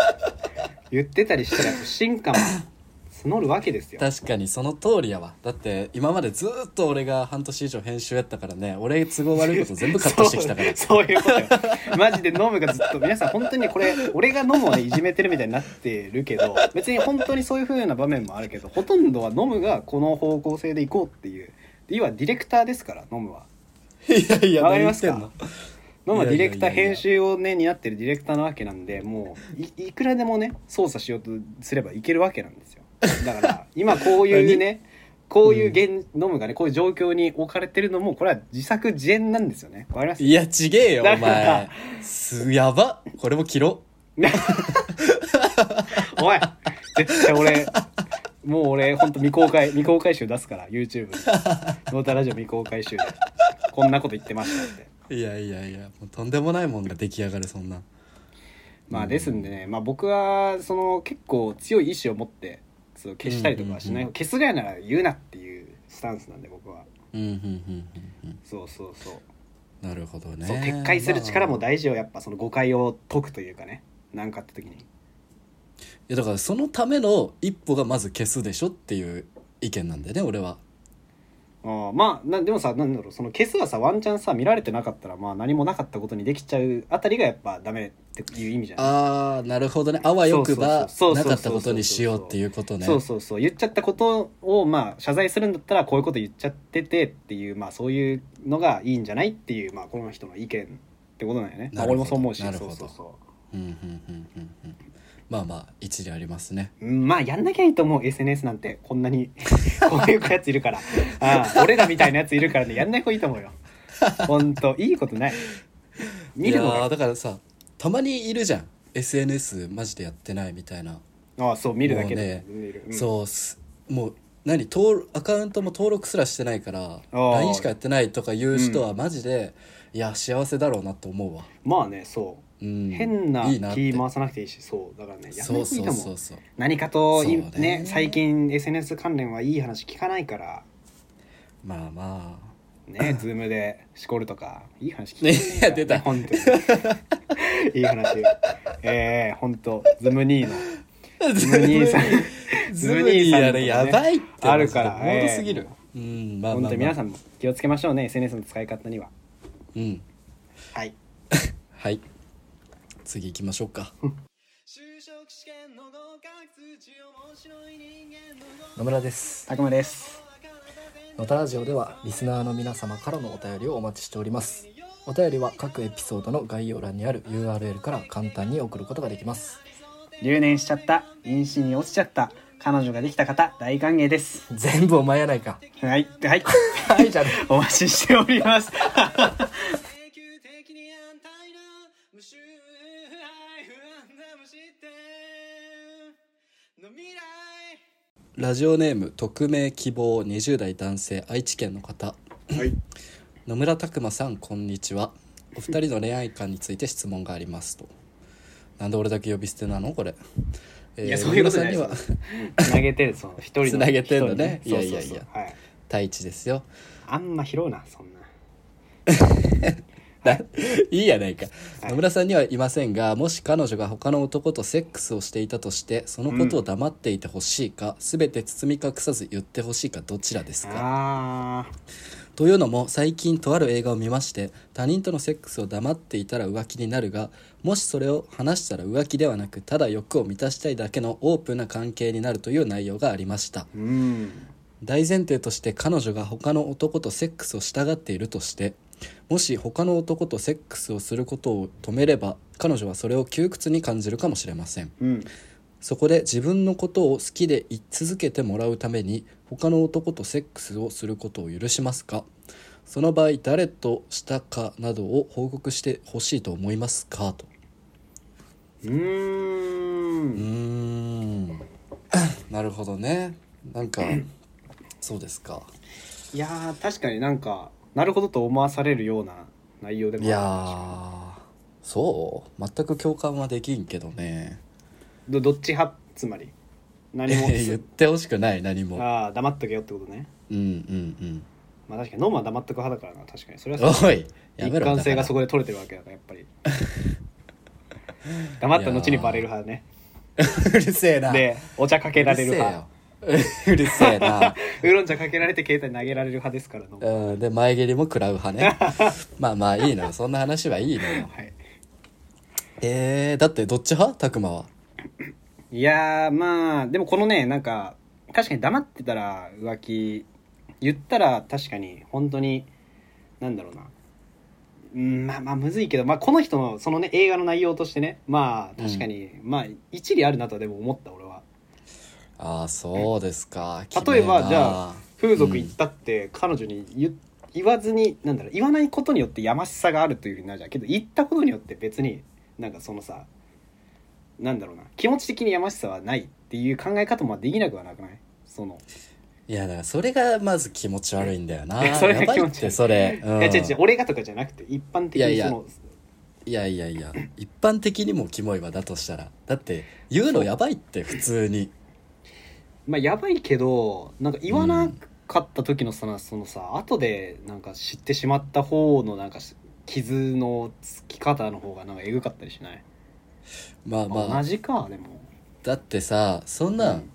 Speaker 2: 言ってたりしたら不信感も募るわけですよ
Speaker 1: 確かにその通りやわだって今までずーっと俺が半年以上編集やったからね俺都合悪いこと全部カットしてきたから
Speaker 2: そうそう いうことよマジで飲むがずっと皆さん本当にこれ俺が飲むをねいじめてるみたいになってるけど別に本当にそういう風な場面もあるけどほとんどは飲むがこの方向性で行こうっていう要はディレクターですから飲むはい
Speaker 1: やいや
Speaker 2: わか
Speaker 1: 何言
Speaker 2: りま
Speaker 1: っ
Speaker 2: す
Speaker 1: て
Speaker 2: か
Speaker 1: んの
Speaker 2: 飲むはディレクター
Speaker 1: いやいやいやいや
Speaker 2: 編集をね担ってるディレクターなわけなんでもういいくらでもね操作しようとすればいけるわけなんです よだから今こういうねこういう現、飲むがねこういう状況に置かれてるのもこれは自作自演なんですよねわかります
Speaker 1: いやちげえよ
Speaker 2: だ
Speaker 1: お
Speaker 2: から
Speaker 1: 前すやばこれも切ろ
Speaker 2: おい絶対俺もう俺ほんと未公開未公開集出すから YouTube に「ノータラジオ未公開集で」こんなこと言ってましたって
Speaker 1: ういやいやいやもうとんでもないもんが出来上がるそんな
Speaker 2: まあですんでね、まあ、僕はその結構強い意志を持ってそう消したりとかはしな
Speaker 1: う
Speaker 2: い、
Speaker 1: んうんうん
Speaker 2: 消すぐらいなら言うなっていうスタンスなんで僕は
Speaker 1: うんうんうんうんうん
Speaker 2: そうそうそう,、
Speaker 1: なるほどね
Speaker 2: そう撤回する力も
Speaker 1: まあ
Speaker 2: 大事よやっぱその誤解を解くというかねなんかあった時に
Speaker 1: いやだからそのための一歩がまず消すでしょっていう意見なんだよね俺は
Speaker 2: あーまあなでもさなんだろうその消すはさワンチャンさ見られてなかったらまあ何もなかったことにできちゃうあたりがやっぱダメっていう意味じゃない
Speaker 1: あーなるほどねあわよくば
Speaker 2: そうそ
Speaker 1: な
Speaker 2: うそうそ
Speaker 1: かったこ
Speaker 2: うそうそう
Speaker 1: とにしようっていうことね
Speaker 2: そうそうそう言っちゃったことをまあ謝罪するんだったらこういうこと言っちゃっててっていうまあそういうのがいいんじゃないっていうまあこの人の意見ってことなんよね、まあ、
Speaker 1: なるほど
Speaker 2: 俺もそう思うし
Speaker 1: なる
Speaker 2: そ
Speaker 1: ほ
Speaker 2: う
Speaker 1: ど
Speaker 2: そうそ
Speaker 1: うんうんうんうんうんまあまあ一理ありますね
Speaker 2: ううんまあやんなきゃいいと思う SNS なんてこんなに こういうやついるからああ俺らみたいなやついるからねやんない方がいいと思うよほんといいことない見るの
Speaker 1: いやー
Speaker 2: が
Speaker 1: だからさたまにいるじゃん SNS マジでやってないみたいな、
Speaker 2: ああそう見るだけで
Speaker 1: も
Speaker 2: 見る、うん
Speaker 1: そうすもう何登録アカウントも登録すらしてないから
Speaker 2: ー
Speaker 1: LINE しかやってないとかいう人はマジで、いや幸せだろうなと思うわ、
Speaker 2: まあねそうう、
Speaker 1: ん、
Speaker 2: 変ない
Speaker 1: いなって
Speaker 2: 気回さなくていいしそうだからねやんな
Speaker 1: そ
Speaker 2: いう方がいい
Speaker 1: そう
Speaker 2: と思う
Speaker 1: そうそう
Speaker 2: 何かとい
Speaker 1: そう
Speaker 2: ね
Speaker 1: ね
Speaker 2: 最近 SNS 関連はいい話聞かないから
Speaker 1: まあまあ
Speaker 2: ねズームでしこるとかいい話聞
Speaker 1: ね
Speaker 2: かないから、ね、
Speaker 1: 出た
Speaker 2: 本 当にいい話ええ本当ズム兄の
Speaker 1: ズ
Speaker 2: ム兄さん
Speaker 1: ズム兄さんあれやばいって
Speaker 2: あるから
Speaker 1: マジでおもろすぎる、うんまあまあ、
Speaker 2: 本
Speaker 1: まあ、
Speaker 2: 当に皆さんも気をつけましょうね SNS の使い方には
Speaker 1: うん
Speaker 2: はい
Speaker 1: はい次行きましょうか野村です
Speaker 2: たくまです
Speaker 1: 野田ラジオではリスナーの皆様からのお便りをお待ちしておりますお便りは各エピソードの概要欄にある URL から簡単に送ることができます
Speaker 2: 留年しちゃった妊娠に落ちちゃった彼女ができた方大歓迎です
Speaker 1: 全部お前やないか
Speaker 2: はいはい
Speaker 1: はいじゃあね
Speaker 2: お待ちしております
Speaker 3: 永久的に安泰な無臭愛不安な無視点の未来
Speaker 1: ラジオネーム匿名希望20代男性愛知県の方
Speaker 2: はい
Speaker 1: 野村拓磨さんこんにちはお二人の恋愛観について質問がありますとなんで俺だけ呼び捨てなのこれ、えー
Speaker 2: いやそういうことじゃない
Speaker 1: 野村さんには
Speaker 2: つなげてるその一人の
Speaker 1: つなげてんだね
Speaker 2: 一人の
Speaker 1: いやいやいや
Speaker 2: そうそうそうはい
Speaker 1: 太一ですよ
Speaker 2: あんま拾うなそんな
Speaker 1: いいやないか、
Speaker 2: はい
Speaker 1: 野村さんにはいませんがもし彼女が他の男とセックスをしていたとしてそのことを黙っていてほしいか、全て包み隠さず言ってほしいかどちらですか
Speaker 2: あー
Speaker 1: というのも最近とある映画を見まして他人とのセックスを黙っていたら浮気になるがもしそれを話したら浮気ではなくただ欲を満たしたいだけのオープンな関係になるという内容がありました
Speaker 2: うん
Speaker 1: 大前提として彼女が他の男とセックスをしたがっているとしてもし他の男とセックスをすることを止めれば彼女はそれを窮屈に感じるかもしれません
Speaker 2: うん
Speaker 1: そこで自分のことを好きでい続けてもらうために他の男とセックスをすることを許しますかその場合誰としたかなどを報告してほしいと思いますかと
Speaker 2: う
Speaker 1: う
Speaker 2: ー
Speaker 1: ー
Speaker 2: ん
Speaker 1: ん なるほどねなん かそうですか
Speaker 2: いやー確かになんかなるほどと思わされるような内容でも
Speaker 1: いやーそう全く共感はできんけどね
Speaker 2: どどっち派つまり何 も
Speaker 1: 言ってほしくない何も
Speaker 2: ああ黙っとけよってことね
Speaker 1: うんうん
Speaker 2: まあ確かにノーマンは黙っとく派だからな確かにそれ
Speaker 1: うん
Speaker 2: は
Speaker 1: おいや
Speaker 2: 一
Speaker 1: めろ
Speaker 2: 貫性が
Speaker 1: だ
Speaker 2: そ
Speaker 1: か
Speaker 2: こで取れてるわけだからやっぱ り黙った後にバレる派ね
Speaker 1: ら うるせえな
Speaker 2: でお茶かけられる
Speaker 1: うるせえ
Speaker 2: 派
Speaker 1: よ うるせえな。
Speaker 2: ウーロン茶かけられて携帯投げられる派ですからの、
Speaker 1: うん、で前蹴りも食らう派ね まあまあいいのよそんな話はいいのよ
Speaker 2: はい、
Speaker 1: えー、だってどっち派拓磨はい
Speaker 2: やーまあでもこのねなんか確かに黙ってたら浮気言ったら確かに本当になんだろうなうんまあまあむずいけど、まあ、この人のそのね映画の内容としてねまあ確かに、まあ一理あるなとはでも思った俺は
Speaker 1: ああそうですか
Speaker 2: 例えばじゃあ風俗
Speaker 1: うん
Speaker 2: 行ったって彼女に言,、言わずになんだろう言わないことによってやましさがあるというふうになるじゃんけど言ったことによって別になんかそのさなんだろうな気持ち的にやましさはないっていう考え方もできなくはなくないその、
Speaker 1: いやだからそれがまず気持ち悪いんだよな
Speaker 2: それが
Speaker 1: やばい
Speaker 2: 気持
Speaker 1: っ
Speaker 2: ち悪
Speaker 1: て
Speaker 2: い
Speaker 1: それ、うん
Speaker 2: いや違う違う俺がとかじゃなくて一般的
Speaker 1: いやい
Speaker 2: に
Speaker 1: や
Speaker 2: その
Speaker 1: いやいやいや一般的にもキモいわだとしたらだって言うのやばいって普通に
Speaker 2: まあやばいけどなんか言わなかった時のさ、そのさ後でなんか知ってしまった方のなんかし傷のつき方の方がなんかえぐかったりしない、
Speaker 1: まあま
Speaker 2: 同
Speaker 1: あ
Speaker 2: じかでも
Speaker 1: だってさそんなん、
Speaker 2: うん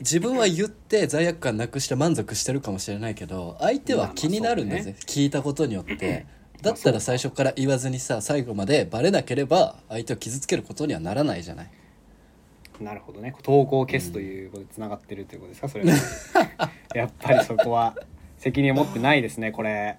Speaker 1: 自分は言って罪悪感なくして満足してるかもしれないけど相手は気になるんだ
Speaker 2: まあま
Speaker 1: ぜ、聞いたことによってだったら最初から言わずにさ最後までバレなければ相手を傷つけることにはならないじゃない
Speaker 2: なるほどね投稿を消すということでつながってるということですかそれは やっぱりそこは責任を持ってないですねこれ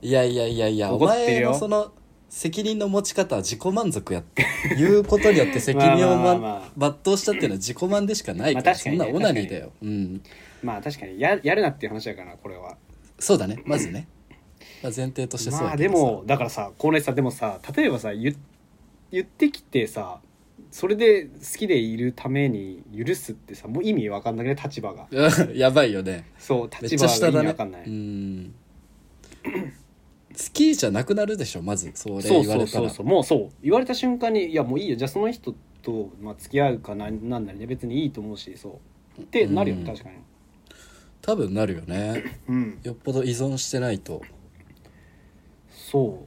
Speaker 1: いやいやいやいやお
Speaker 2: 怒って
Speaker 1: 前
Speaker 2: るよ
Speaker 1: のその責任の持ち方は自己満足やって言うことによって責任を、
Speaker 2: まあまあ
Speaker 1: ま、全うしたっていうのは自己満でしかないから、
Speaker 2: まあ確
Speaker 1: そ
Speaker 2: か
Speaker 1: ん
Speaker 2: にね
Speaker 1: なオナニーだよ、うん、
Speaker 2: まあ確かにややるなっていう話だからなこれは
Speaker 1: そうだねまずね、まあ、前提としてそう
Speaker 2: ま
Speaker 1: や
Speaker 2: あ
Speaker 1: け
Speaker 2: で
Speaker 1: どさ
Speaker 2: もだからさこれさでもさ例えばさ言言ってきてさそれで好きでいるために許すってさもう意味わかんなくね立場が
Speaker 1: やばいよね
Speaker 2: そう
Speaker 1: めっ
Speaker 2: 立
Speaker 1: ちゃ
Speaker 2: 場が
Speaker 1: 下
Speaker 2: 意
Speaker 1: だ
Speaker 2: 味
Speaker 1: ね
Speaker 2: わかんない、
Speaker 1: うん好きじゃなくなるでしょまずそれ
Speaker 2: そう
Speaker 1: 言わ
Speaker 2: そう
Speaker 1: れた
Speaker 2: そう
Speaker 1: ら
Speaker 2: そうもうそう言われた瞬間にいやもういいよじゃあその人と、まあ、付き合うかなんなんなりね別にいいと思うしそうってなるよ、
Speaker 1: うん
Speaker 2: 確かに
Speaker 1: 多分なるよね
Speaker 2: うん
Speaker 1: よっぽど依存してないと
Speaker 2: そうだか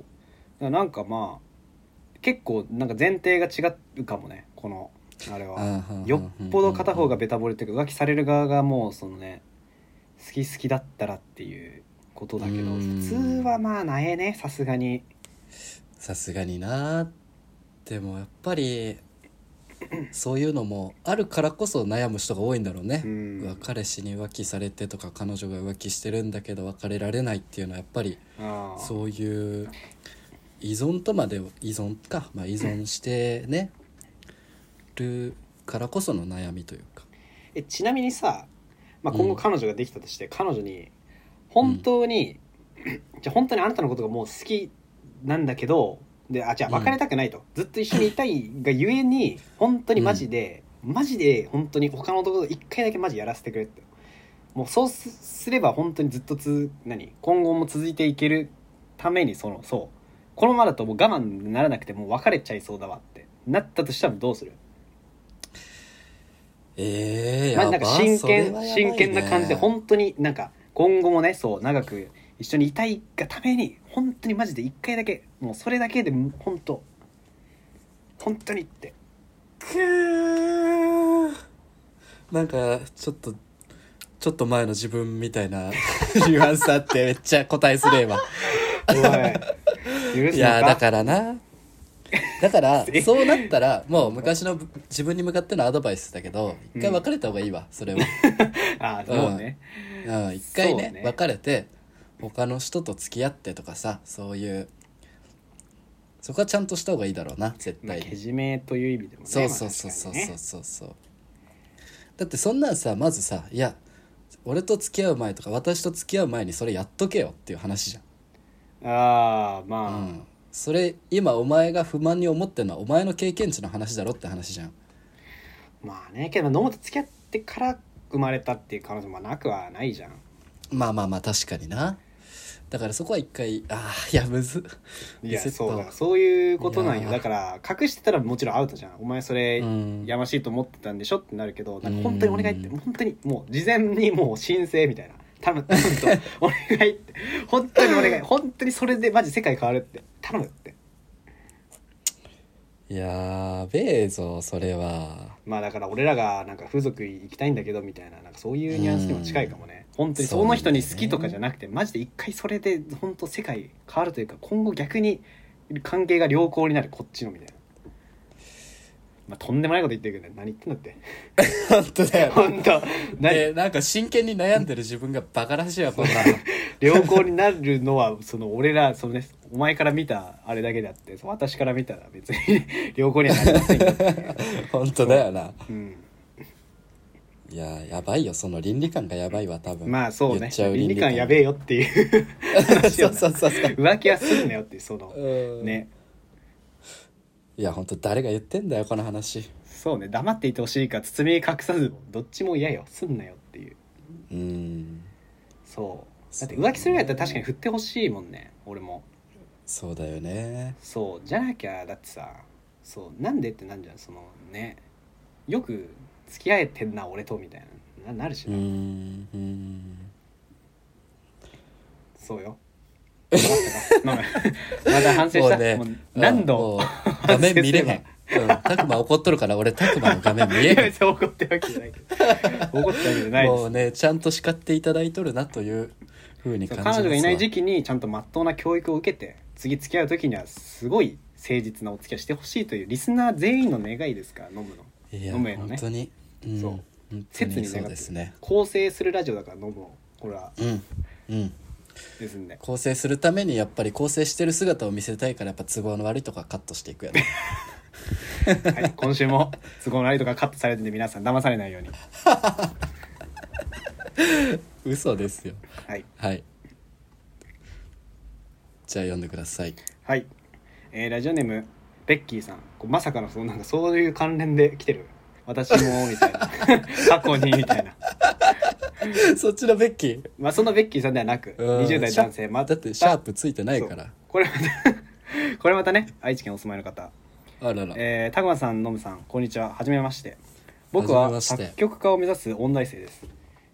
Speaker 2: らなんかまあ結構なんか前提が違うかもねこのあれはよっぽど片方がベタ惚れっていうか浮気される側がもうそのね好き好きだったらっていうことだけど
Speaker 1: うん
Speaker 2: 普通はまあなえねさすがに
Speaker 1: さすがになでもやっぱりそういうのもあるからこそ悩む人が多いんだろうね
Speaker 2: う、ん
Speaker 1: うわ彼氏に浮気されてとか彼女が浮気してるんだけど別れられないっていうのはやっぱり
Speaker 2: ああ
Speaker 1: そういう依存とまでを依存か、まあ、依存してねるからこその悩みというか
Speaker 2: えちなみにさ、まあ、
Speaker 1: うん
Speaker 2: 今後彼女ができたとして、彼女に本当に、じゃあ本当にあなたのことがもう好きなんだけどであじゃあ
Speaker 1: うん
Speaker 2: 別れたくないと、ずっと一緒にいたいがゆえに本当にマジで、マジで本当に他の男と一回だけマジやらせてくれってもうそうすすれば本当にずっとつ何今後も続いていけるためにそのそうこのままだともう我慢にならなくてもう別れちゃいそうだわってなったとしたらどうする
Speaker 1: ええ
Speaker 2: まあ、
Speaker 1: や
Speaker 2: なんか
Speaker 1: ば
Speaker 2: 真
Speaker 1: それ
Speaker 2: 剣、
Speaker 1: はやばいね
Speaker 2: 真剣な感じで本当になんか今後もねそう長く一緒にいたいがために本当にマジで一回だけもうそれだけで本当本当にって
Speaker 1: くーなんかちょっとちょっと前の自分みたいな ニュアンスあってめっちゃ答えすれ えわ
Speaker 2: おい許
Speaker 1: い
Speaker 2: すの
Speaker 1: や
Speaker 2: か
Speaker 1: だからなだから
Speaker 2: え
Speaker 1: そうなったらもう昔の自分に向かってのアドバイスだけど一回
Speaker 2: うん
Speaker 1: 別れた方がいいわそれは
Speaker 2: あーそうね、
Speaker 1: うん、一回ね
Speaker 2: そうね
Speaker 1: 別れて他の人と付き合ってとかさそういうそこはちゃんとした方がいいだろうな絶
Speaker 2: まあ
Speaker 1: 対に、
Speaker 2: けじめという意味でもね
Speaker 1: そうそうそうそうそうそうそう、だってそんなんさまずさいや俺と付き合う前とか私と付き合う前にそれやっとけよっていう話じ
Speaker 2: まあ
Speaker 1: ゃ
Speaker 2: あー
Speaker 1: ん、う
Speaker 2: まあ
Speaker 1: ん、それ今お前が不満に思ってるのはお前の経験値の話だろって話じゃん
Speaker 2: まあねけど飲むと付き合ってから生まれたっていう可能性もなくはないじゃん
Speaker 1: まあまあまあ確かになだからそこは一回ああいやむずっ
Speaker 2: い
Speaker 1: リ
Speaker 2: や
Speaker 1: セット
Speaker 2: そうだからそういうことなん
Speaker 1: い
Speaker 2: よ
Speaker 1: やー
Speaker 2: だから隠してたらもちろんアウトじゃんお前それ
Speaker 1: うん
Speaker 2: やましいと思ってたんでしょってなるけどなん
Speaker 1: うん
Speaker 2: か本当にお願いって本当にもう事前にもう申請みたいな頼む頼むとお願いって 本当にお願い本当にそれでマジ世界変わるって頼むって
Speaker 1: いやーべえぞそれは
Speaker 2: まあだから俺らがなんか風俗行きたいんだけどみたいななんかそういうニュアンスにも近いかもね本当にその人に好きとかじゃなくてマジで一回それで本当世界変わるというか今後逆に関係が良好になるこっちのみたいな、まあ、とんでもないこと言ってるけど何言ってんだって
Speaker 1: 本当だよ
Speaker 2: 本当 何、
Speaker 1: でなんか真剣に悩んでる自分がバカらしいわこんなの
Speaker 2: 良好になるのはその俺らその、ね、お前から見たあれだけであってその私から見たら別に 良好にはなりませんよっていう、
Speaker 1: 本当だよな
Speaker 2: うん、
Speaker 1: いやーやばいよその倫理観がやばいわ多分
Speaker 2: まあそう
Speaker 1: 言
Speaker 2: ね
Speaker 1: っちゃう
Speaker 2: 倫
Speaker 1: 倫
Speaker 2: 理
Speaker 1: 理
Speaker 2: 観
Speaker 1: 観
Speaker 2: やべえよっていう話
Speaker 1: そ
Speaker 2: よ
Speaker 1: う
Speaker 2: ね
Speaker 1: そうそうそう
Speaker 2: 浮気はするなよっていうその
Speaker 1: うん
Speaker 2: ね
Speaker 1: いや本当誰が言ってんだよこの話
Speaker 2: そうね黙っていてほしいか包み隠さずどっちも嫌よすんなよっていう
Speaker 1: うん
Speaker 2: そうだって浮気するんやったら確かに振ってほしいもんね俺も
Speaker 1: そうだよね
Speaker 2: そうじゃなきゃだってさそうなんでってなんじゃんそのねよく付き合えてんな俺とみたいなななるし
Speaker 1: う
Speaker 2: な、
Speaker 1: んうん
Speaker 2: そうよま だ反省した、もう何
Speaker 1: も
Speaker 2: 度
Speaker 1: う画面見れば
Speaker 2: 反
Speaker 1: うんたくま怒っとるから俺たくまの画面見え
Speaker 2: いや
Speaker 1: へん
Speaker 2: 別に怒ってるわけじゃないけ ど怒ってるわけじゃないです
Speaker 1: もうねちゃんと叱っていただいとるなというふうに
Speaker 2: そう
Speaker 1: 感じます
Speaker 2: 彼女がいない時
Speaker 1: 期
Speaker 2: 期にちゃんとまっとうな教育を受けて次付き合う時にはすごい誠実なお付き合いしてほしいというリスナー全員の願いですから飲むの
Speaker 1: いや
Speaker 2: 飲むやろね
Speaker 1: 本当に、うん、
Speaker 2: そう
Speaker 1: 本当に
Speaker 2: 切に願って
Speaker 1: そ
Speaker 2: る
Speaker 1: うですね
Speaker 2: 構成するラジオだから飲むをほら
Speaker 1: うんうん
Speaker 2: ですんで
Speaker 1: 構成するためにやっぱり構成してる姿を見せたいからやっぱ都合の悪いとかカットしてい くやね
Speaker 2: はい、今週も都合のないとかカットされてるんで皆さん騙されないように
Speaker 1: 嘘ですよ
Speaker 2: はい
Speaker 1: はいじゃあ読んでくだ さい
Speaker 2: はい、えーラジオネームベッキーさんこうまさかのそのなんかそういう関連で来てる私もみたいな 過去にみたいな
Speaker 1: そっちのベッキー
Speaker 2: まあそのベッキーさんではなく
Speaker 1: うん
Speaker 2: 20代男性ま
Speaker 1: だってシャープついてないから
Speaker 2: これまたこれまたね愛知県お住まいの方
Speaker 1: あらら、
Speaker 2: えー、たくまさんのむさんこんにちははじめまして
Speaker 1: は
Speaker 2: 僕
Speaker 1: じめ
Speaker 2: は
Speaker 1: まして
Speaker 2: 作曲家を目指す音大生です、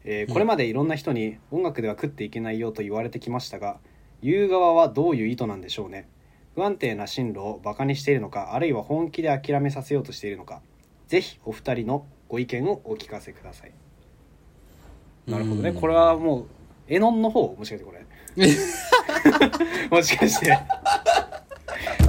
Speaker 2: えー
Speaker 1: うん
Speaker 2: これまでいろんな人に音楽では食っていけないよと言われてきましたが言う側はどういう意図なんでしょうね不安定な進路をバカにしているのかあるいは本気で諦めさせようとしているのかぜひお二人のご意見をお聞かせくださいなるほどね
Speaker 1: うん
Speaker 2: これはもうエノンの方もしかして これもしかして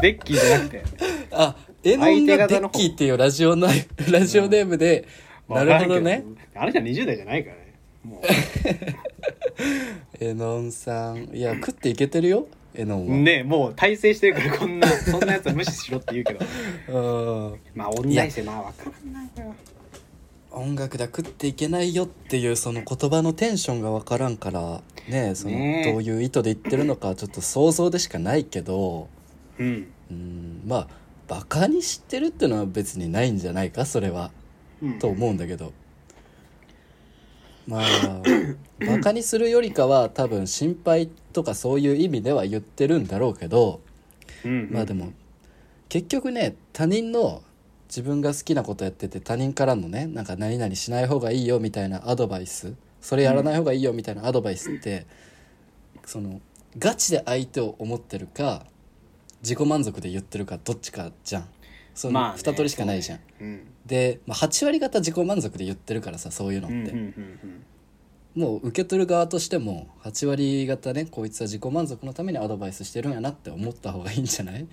Speaker 2: ベッキーじゃなくて
Speaker 1: あエノン
Speaker 2: 相
Speaker 1: が
Speaker 2: 手
Speaker 1: ベ
Speaker 2: 方の
Speaker 1: ッ
Speaker 2: 方
Speaker 1: キーっていうラジオのラジオネームで、なるほどね
Speaker 2: あれじゃ20代じゃないからねも
Speaker 1: エノンさんいや食っていけてるよエノン
Speaker 2: う
Speaker 1: は、
Speaker 2: ねもう大成してるからこんなそんなやつは無視しろって言うけど
Speaker 1: うん
Speaker 2: まあ音大生まあ分からんないよ
Speaker 1: 音楽だ食っていけないよっていうその言葉のテンションが分からんからねその
Speaker 2: ねえ
Speaker 1: どういう意図で言ってるのかちょっと想像でしかないけど
Speaker 2: うん、
Speaker 1: うんまあバカにしてるってのは別にないんじゃないかそれは
Speaker 2: うん、
Speaker 1: と思うんだけどまあバカにするよりかは多分心配とかそういう意味では言ってるんだろうけど
Speaker 2: うん
Speaker 1: まあでも結局ね他人の自分が好きなことやってて他人からのねなんか何々しない方がいいよみたいなアドバイスそれやらない方がいいよみたいなアドバイスって、そのガチで相手を思ってるか自己満足で言ってるかどっちかじゃんそ
Speaker 2: まあ
Speaker 1: の
Speaker 2: ね
Speaker 1: 2通りしかないじゃん。
Speaker 2: うん
Speaker 1: で、まあ、8割方自己満足で言ってるからさそういうのっ
Speaker 2: う
Speaker 1: て、
Speaker 2: んうんうん
Speaker 1: もう受け取る側としても8割方ねこいつは自己満足のためにアドバイスしてるんやなって思った方がいいんじゃない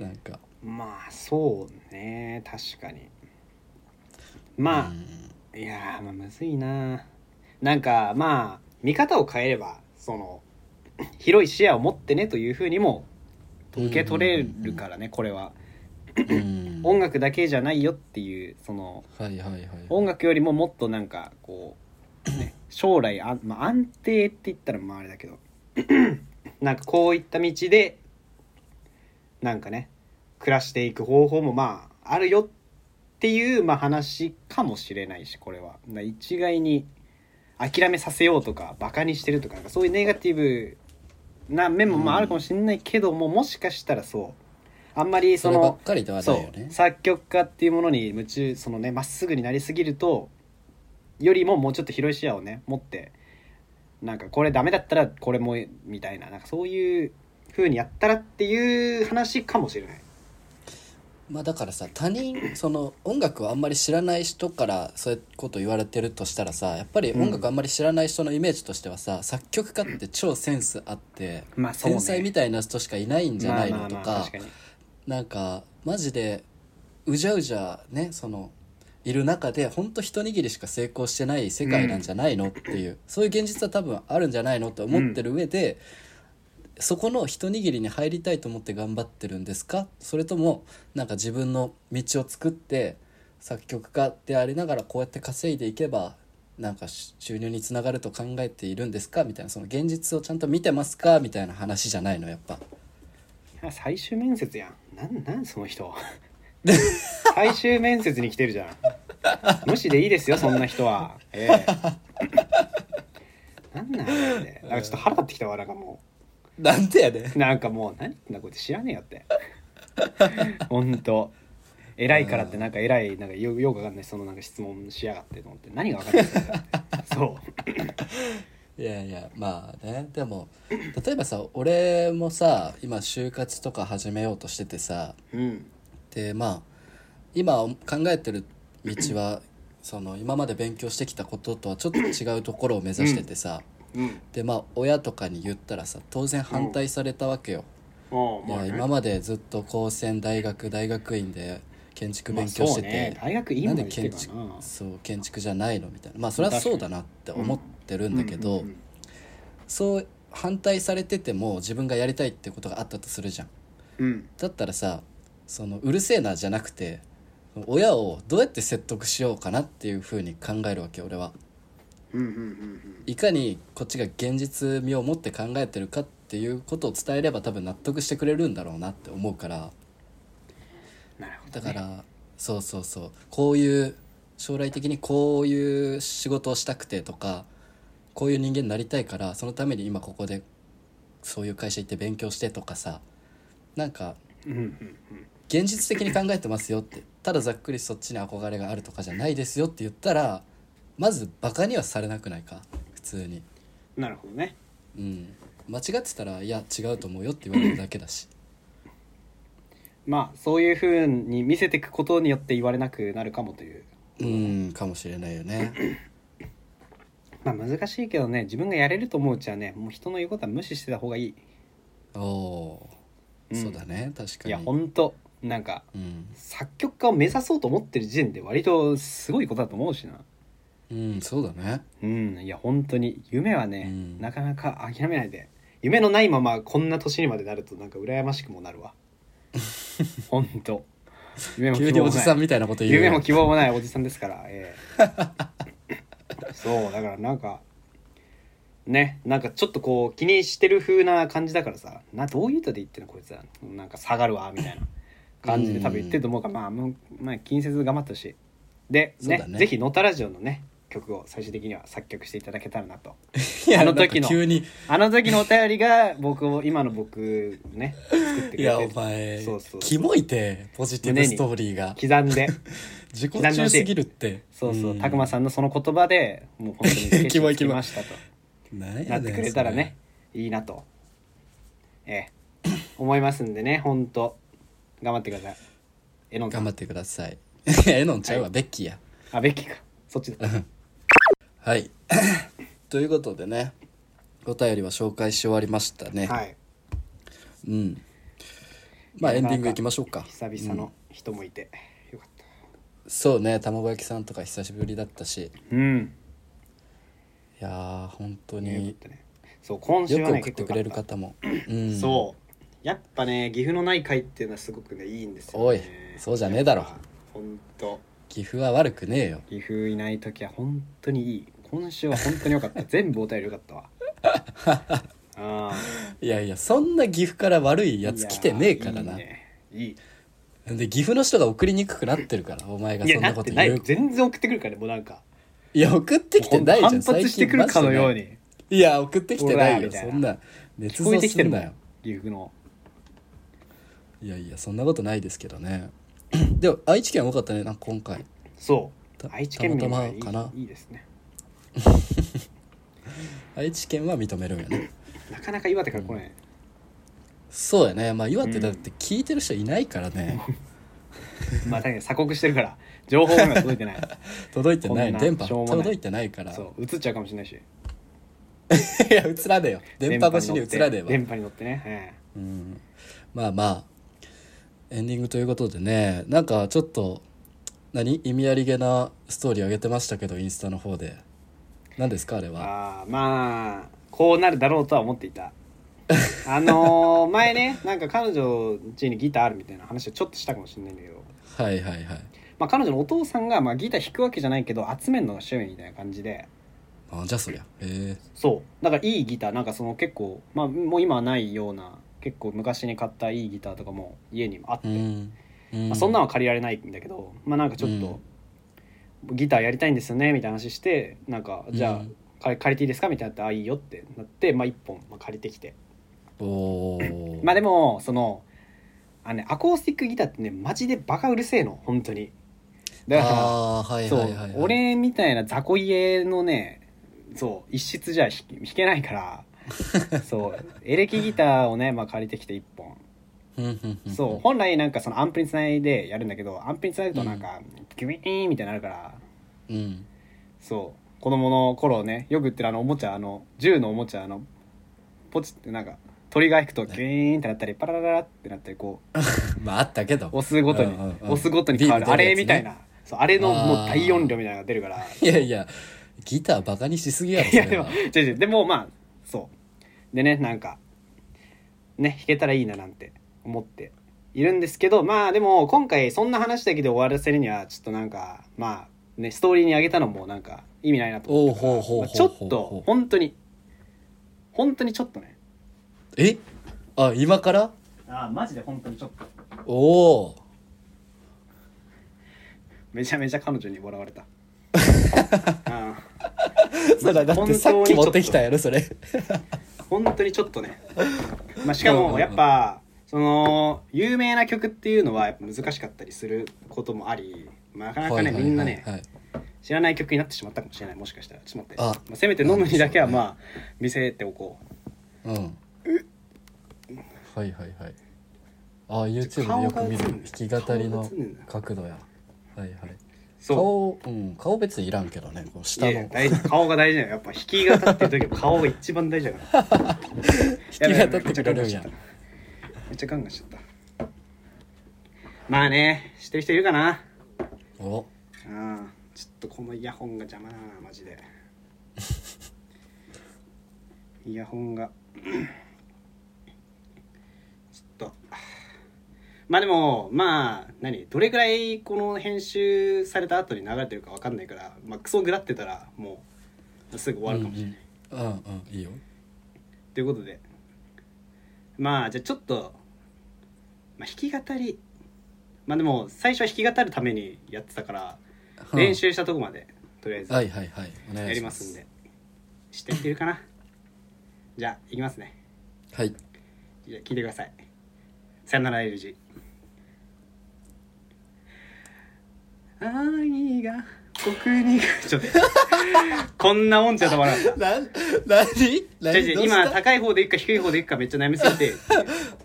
Speaker 1: なんか
Speaker 2: うんまあそうね確かにまあいやーまあむずいななんかまあ見方を変えればその広い視野を持ってねというふうにも受け取れるからねこれは
Speaker 1: うんうん
Speaker 2: 音楽だけじゃないよっていうその
Speaker 1: はいはいはい
Speaker 2: 音楽よりももっとなんかこう、ね、 将来あん、まあ、安定って言ったらまああれだけど なんかこういった道でなんかね暮らしていく方法もまああるよっていう、まあ、話かもしれないしこれはな一概に諦めさせようとかバカにしてるとかなんかそういうネガティブな面もまああるかもしれないけども、もしかしたらそうあんまりそ
Speaker 1: それば
Speaker 2: の
Speaker 1: っかりではないよね
Speaker 2: そう作曲家っていうものに夢中そのねまっすぐになりすぎるとよりももうちょっと広い視野をね持ってなんかこれダメだったらこれもみたいななんかそういう風にやったらっていう話かもしれない
Speaker 1: まあだからさ他人その音楽をあんまり知らない人からそういうこと言われてるとしたらさやっぱり音楽あんまり知らない人のイメージとしてはさ、作曲家って超センスあって、
Speaker 2: まあそうね
Speaker 1: 天才みたいな人しかいないんじゃないのとか、
Speaker 2: まあまあまあ確かに
Speaker 1: なんかマジでうじゃうじゃねそのいる中でほんと一握りしか成功してない世界なんじゃないのっていう、そういう現実は多分あるんじゃないのって思ってる上で、そこの一握りに入りたいと思って頑張ってるんですかそれともなんか自分の道を作って作曲家でありながらこうやって稼いでいけばなんかし収入につながると考えているんですかみたいなその現実をちゃんと見てますかみたいな話じゃないのやっぱ。
Speaker 2: あ最終面接やんなんなんその人 最終面接に来てるじゃん無視でいいですよそんな人はええなんなんだってなんかちょっと腹立ってきたわなんかも
Speaker 1: なんでやねん
Speaker 2: う なんかもう何言ってんだこいつ知らねえよって ほんと偉いからってなんか偉いなんかよよくわかんないそのなんか質問しやがってと思って何がわかんないん だよそう
Speaker 1: いやいやまあねでも例えばさ俺もさ今就活とか始めようとしててさ
Speaker 2: うん
Speaker 1: でまあ今考えてる道はその今まで勉強してきたこととはちょっと違うところを目指しててさ、
Speaker 2: うん
Speaker 1: でまあ親とかに言ったらさ当然反対されたわけよ、
Speaker 2: もう
Speaker 1: い
Speaker 2: もう
Speaker 1: や
Speaker 2: ね
Speaker 1: 今までずっと高専大学大学院で建築
Speaker 2: まあ
Speaker 1: 勉強して
Speaker 2: そう
Speaker 1: て、
Speaker 2: ね、大学いい
Speaker 1: なん
Speaker 2: もん
Speaker 1: で
Speaker 2: で来て
Speaker 1: 建
Speaker 2: るか
Speaker 1: 築
Speaker 2: な
Speaker 1: そう建築じゃないのみたいなまあそれはそうだなって思ってるんだけど、
Speaker 2: うんうんうん
Speaker 1: そう反対されてても自分がやりたいってことがあったとするじゃん
Speaker 2: うん
Speaker 1: だったらさそのうるせえなじゃなくて親をどうやって説得しようかなっていうふうに考えるわけ俺は
Speaker 2: うんうんうん
Speaker 1: いかにこっちが現実味を持って考えてるかっていうことを伝えれば多分納得してくれるんだろうなって思うから
Speaker 2: なるほど
Speaker 1: だ
Speaker 2: ね、
Speaker 1: から、そうそうそうこういう将来的にこういう仕事をしたくてとかこういう人間になりたいからそのために今ここでそういう会社行って勉強してとかさなんか
Speaker 2: うんうんうん
Speaker 1: 現実的に考えてますよってただざっくりそっちに憧れがあるとかじゃないですよって言ったらまずバカにはされなくないか普通に
Speaker 2: なるほどね
Speaker 1: うん間違ってたらいや違うと思うよって言われるだけだし
Speaker 2: まあそういうふうに見せていくことによって言われなくなるかもという
Speaker 1: うんかもしれないよね
Speaker 2: まあ難しいけどね自分がやれると思ううちはねもう人の言うことは無視してた方がいい
Speaker 1: おおー、
Speaker 2: うん
Speaker 1: そうだね確か
Speaker 2: い
Speaker 1: に
Speaker 2: やほんとなんか
Speaker 1: うん
Speaker 2: 作曲家を目指そうと思ってる時点で割とすごいことだと思うしな
Speaker 1: うんそうだね
Speaker 2: うんいや本当に夢はね、
Speaker 1: うん
Speaker 2: なかなか諦めないで夢のないままこんな年にまでなるとなんか羨ましくもな るわほんと夢も希
Speaker 1: 急に
Speaker 2: 望
Speaker 1: お
Speaker 2: も
Speaker 1: じ
Speaker 2: ない
Speaker 1: さんみたいなこと言う
Speaker 2: 夢も希望もないおじさんですから、え えそうだからなんかねなんかちょっとこう気にしてる風な感じだからさなどういうとで言ってんのこいつはなんか下がるわみたいな感じで多分言ってると思うからまあもう、まあ、気にせず頑張ってほしいで
Speaker 1: そう
Speaker 2: ね
Speaker 1: だね
Speaker 2: ぜひのたラジオのね曲を最終的には作曲していただけたらなと
Speaker 1: いや
Speaker 2: あの
Speaker 1: な
Speaker 2: 時の
Speaker 1: んか急に
Speaker 2: あの時のお便りが僕を今の僕をね作ってく
Speaker 1: い
Speaker 2: れ
Speaker 1: や
Speaker 2: て
Speaker 1: お前
Speaker 2: そうそう
Speaker 1: キモいてポジティブストーリーが
Speaker 2: 刻んで
Speaker 1: 自己中すぎるって
Speaker 2: そうそう、
Speaker 1: ん
Speaker 2: たくまさんのその言葉でもう本当に決
Speaker 1: キモ
Speaker 2: 心
Speaker 1: い
Speaker 2: つき
Speaker 1: キモい
Speaker 2: ましたと
Speaker 1: なんやねん
Speaker 2: なってくれたらねいいなとええ思いますんでね本当頑張ってくださいえの
Speaker 1: それ
Speaker 2: んさ
Speaker 1: 頑張
Speaker 2: ん
Speaker 1: ってください いやエノンちゃうわ、
Speaker 2: はい
Speaker 1: ベッキーや
Speaker 2: あベッキーかそっちだ
Speaker 1: はい ということでねお便りは紹介し終わりましたね、
Speaker 2: はい
Speaker 1: うんまあ
Speaker 2: い
Speaker 1: エ
Speaker 2: や
Speaker 1: ンディングいきましょうか
Speaker 2: 久々の人もいて、よかった
Speaker 1: そうね卵焼きさんとか久しぶりだったし
Speaker 2: うん
Speaker 1: いやー本当
Speaker 2: よ
Speaker 1: に
Speaker 2: かったねそう今週
Speaker 1: よ
Speaker 2: は
Speaker 1: く
Speaker 2: ね
Speaker 1: 送っ
Speaker 2: 結
Speaker 1: て
Speaker 2: 構
Speaker 1: くれる
Speaker 2: よかっ
Speaker 1: 方も、う
Speaker 2: た
Speaker 1: ん、
Speaker 2: そうやっぱね岐阜のない会っていうのはすごくねいいんですよ、ね、
Speaker 1: おいそうじゃねえだろ
Speaker 2: 本当
Speaker 1: 岐阜は悪くねえよ
Speaker 2: 岐阜いない時は本当にいい今週は本当に良かった 全部お便り良かったわああ
Speaker 1: いやいやそんな岐阜から悪いやつ来てねえからない
Speaker 2: やーいい,、ね、いい
Speaker 1: で岐阜の人が送りにくくなってるからお前が
Speaker 2: い
Speaker 1: そ
Speaker 2: や
Speaker 1: ん
Speaker 2: な
Speaker 1: な
Speaker 2: っ
Speaker 1: こ
Speaker 2: て
Speaker 1: と
Speaker 2: な
Speaker 1: 言
Speaker 2: いう全然送ってくるからねもうなんか
Speaker 1: いや送ってきてないじゃ
Speaker 2: 反
Speaker 1: ん最
Speaker 2: 発
Speaker 1: 近
Speaker 2: してくるかのよう
Speaker 1: マジでね
Speaker 2: に
Speaker 1: いや送ってきてない
Speaker 2: ほ
Speaker 1: よ
Speaker 2: らみたい
Speaker 1: そ
Speaker 2: なん
Speaker 1: な
Speaker 2: 聞
Speaker 1: 熱
Speaker 2: こえ
Speaker 1: 造
Speaker 2: てき
Speaker 1: す
Speaker 2: てる
Speaker 1: ん
Speaker 2: も
Speaker 1: なよ
Speaker 2: ん岐阜の
Speaker 1: いやいやそんなことないですけどね でも愛知県多かったねなんか今回
Speaker 2: そう
Speaker 1: た
Speaker 2: 愛知県民がいい
Speaker 1: たまたまかない
Speaker 2: いですね
Speaker 1: 愛知県は認めるんやね
Speaker 2: なかなか岩手から来ない、
Speaker 1: そうやねまあ岩手だって聞いてる人いないからね、
Speaker 2: まあ確かに鎖国してるから情報が届いて ない
Speaker 1: 届いてな
Speaker 2: こん
Speaker 1: い
Speaker 2: な
Speaker 1: 電波
Speaker 2: しょうもない
Speaker 1: 届いてないから
Speaker 2: そう映っちゃうかもしれないし
Speaker 1: いや映らねえよ電波越しに映らねえわ
Speaker 2: 電波に乗ってね、
Speaker 1: うん、まあまあエンディングということでねなんかちょっと何意味ありげなストーリー上げてましたけどインスタの方で何ですかあれ
Speaker 2: うん
Speaker 1: は
Speaker 2: ああまあこうなるだろうとは思っていたあのー前ねなんか彼女家にギターあるみたいな話をちょっとしたかもしれないんだけど、
Speaker 1: はいはいはい
Speaker 2: まあ、彼女のお父さんが、まあ、ギター弾くわけじゃないけど集めるのが趣味みたいな感じで
Speaker 1: あじゃあそりゃへえ
Speaker 2: そうだからいいギターなんかその結構、まあ、もう今はないような結構昔に買ったいいギターとかも家にもあって、
Speaker 1: うん、うん
Speaker 2: まあ、そんなのは借りられないんだけど、まあ、なんかちょっと、ギターやりたいんですよねみたいな話してなんかじゃあ、
Speaker 1: うん
Speaker 2: 借り借りていいですかみたいになってあいいよってなって、まあ、1本まあ借りてきて
Speaker 1: おー
Speaker 2: まあでもそのあの、ね、アコースティックギターってねマジでバカうるせえの本当にだか
Speaker 1: あーは
Speaker 2: ら
Speaker 1: い
Speaker 2: そう、
Speaker 1: はいはいはい
Speaker 2: 俺みたいな雑魚家のねそう一室じゃ弾け弾けな いからそうエレキギターをね、まあ、借りてきて1本
Speaker 1: うんうんうん
Speaker 2: そう本来なんかそのアンプにつないでやるんだけどアンプにつなぐとなんかギュイーンみたいになるから
Speaker 1: うん
Speaker 2: そう子供の頃ねよく売ってるあのおもちゃあの銃のおもちゃあのポチってなんか鳥が引くとギュイーンってなったりパララララってなったりこう
Speaker 1: まああったけど
Speaker 2: 押すごと
Speaker 1: う
Speaker 2: に
Speaker 1: んうんうん
Speaker 2: 押すごとに変わる
Speaker 1: ビ
Speaker 2: あ
Speaker 1: ーム出る
Speaker 2: れ
Speaker 1: やつね
Speaker 2: みたいなそうあれのも
Speaker 1: あー
Speaker 2: う大音量みたいなのが出るから
Speaker 1: いやいやギターバカにしすぎやろ
Speaker 2: いや
Speaker 1: それ
Speaker 2: で
Speaker 1: は
Speaker 2: も 違う違うでもまあそうでねなんかね弾けたらいいななんて思っているんですけどまあでも今回そんな話だけで終わらせるにはちょっとなんかまあねストーリーにあげたのもなんか意味ないなと思ったから
Speaker 1: おうほうほうほう
Speaker 2: まあちょっ
Speaker 1: ほうほう
Speaker 2: と本当に本当にちょっとね
Speaker 1: えあ今から
Speaker 2: ああマジで本当にちょっと
Speaker 1: おお
Speaker 2: めちゃめちゃ彼女に笑わ れたあ
Speaker 1: そうだだってさっき持ってきたやろそれ
Speaker 2: あ本当にちょっとね、まあ、しかもやっぱその有名な曲っていうのはやっぱ難しかったりすることもありまあなかなかねみんなね
Speaker 1: はい
Speaker 2: 知らない曲になってしまったかもしれないもしかしたらちょっと待って
Speaker 1: あ
Speaker 2: まあ、せめて飲むにだけはまあ見せておこう
Speaker 1: うんはいはいはいああ YouTube
Speaker 2: 顔
Speaker 1: で
Speaker 2: が
Speaker 1: よく見る
Speaker 2: 映ん
Speaker 1: 弾き語り
Speaker 2: 顔が
Speaker 1: の
Speaker 2: 映んねんな
Speaker 1: 角度やはいはい
Speaker 2: そ
Speaker 1: 顔うん顔別にいらんけどねこう
Speaker 2: う
Speaker 1: 下
Speaker 2: いやいや
Speaker 1: の
Speaker 2: 大事顔が大事だよやっぱ弾き語ってる時は顔が一番大事だから
Speaker 1: 弾き
Speaker 2: や
Speaker 1: 語
Speaker 2: ば
Speaker 1: っ
Speaker 2: いやばいめ
Speaker 1: て
Speaker 2: っちゃ
Speaker 1: く
Speaker 2: ガ
Speaker 1: れ
Speaker 2: ンガ
Speaker 1: る
Speaker 2: ン
Speaker 1: ん
Speaker 2: しちゃっ
Speaker 1: や
Speaker 2: ためっちゃガンガンしちゃったまあね知ってる人いるかな
Speaker 1: お
Speaker 2: うんちょっとこのイヤホンが邪魔だなマジでイヤホンがちょっとまあでもまあ何どれぐらいこの編集された後に流れてるかわかんないから、まあ、クソグラってたらもうすぐ終わるかもしれない、
Speaker 1: うんうんいいよ
Speaker 2: ということでまあじゃあちょっと、まあ、弾き語りまあでも最初は弾き語るためにやってたから
Speaker 1: うん
Speaker 2: 練習したとこまでとりあえず
Speaker 1: はいはいはいお願
Speaker 2: や
Speaker 1: い
Speaker 2: り
Speaker 1: し
Speaker 2: ま
Speaker 1: ます
Speaker 2: ん
Speaker 1: す
Speaker 2: で知っていけるかなじゃあいきますね
Speaker 1: はい
Speaker 2: じゃあ聞いてくださいさよなら LG 愛が 僕にちょっとこんな音じゃ止まらなかった
Speaker 1: な 何
Speaker 2: 違う違う
Speaker 1: 何ど
Speaker 2: 今
Speaker 1: うした
Speaker 2: 高い方でいくか低い方でいくかめっちゃ悩みすぎて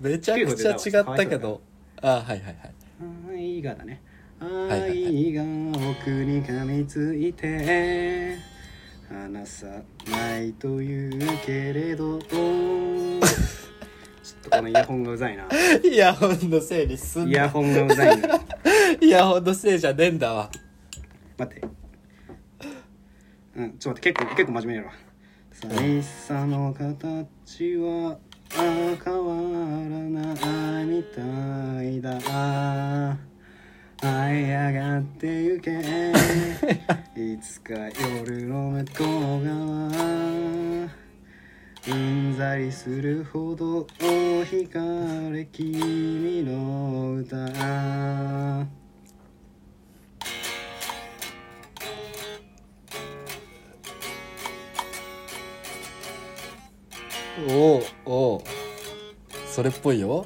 Speaker 1: めちゃくちゃ違ったけどあはいはいはい
Speaker 2: 愛がだね
Speaker 1: いはいはい
Speaker 2: 愛が僕に噛みついて離さないというけ れどちょっとこのイヤホンがうざいな
Speaker 1: イヤホンのせいにすん
Speaker 2: イ
Speaker 1: な
Speaker 2: ヤホンがうざいな
Speaker 1: イヤホンのせいじゃねえんだわ
Speaker 2: 待ってうんちょっと待って結構結構真面目やろ寂しさの形は変わらないみたいだ這い上がってゆけいつか夜の向こう側うんざりするほど惹かれ君の歌
Speaker 1: おうおうそれっぽいよ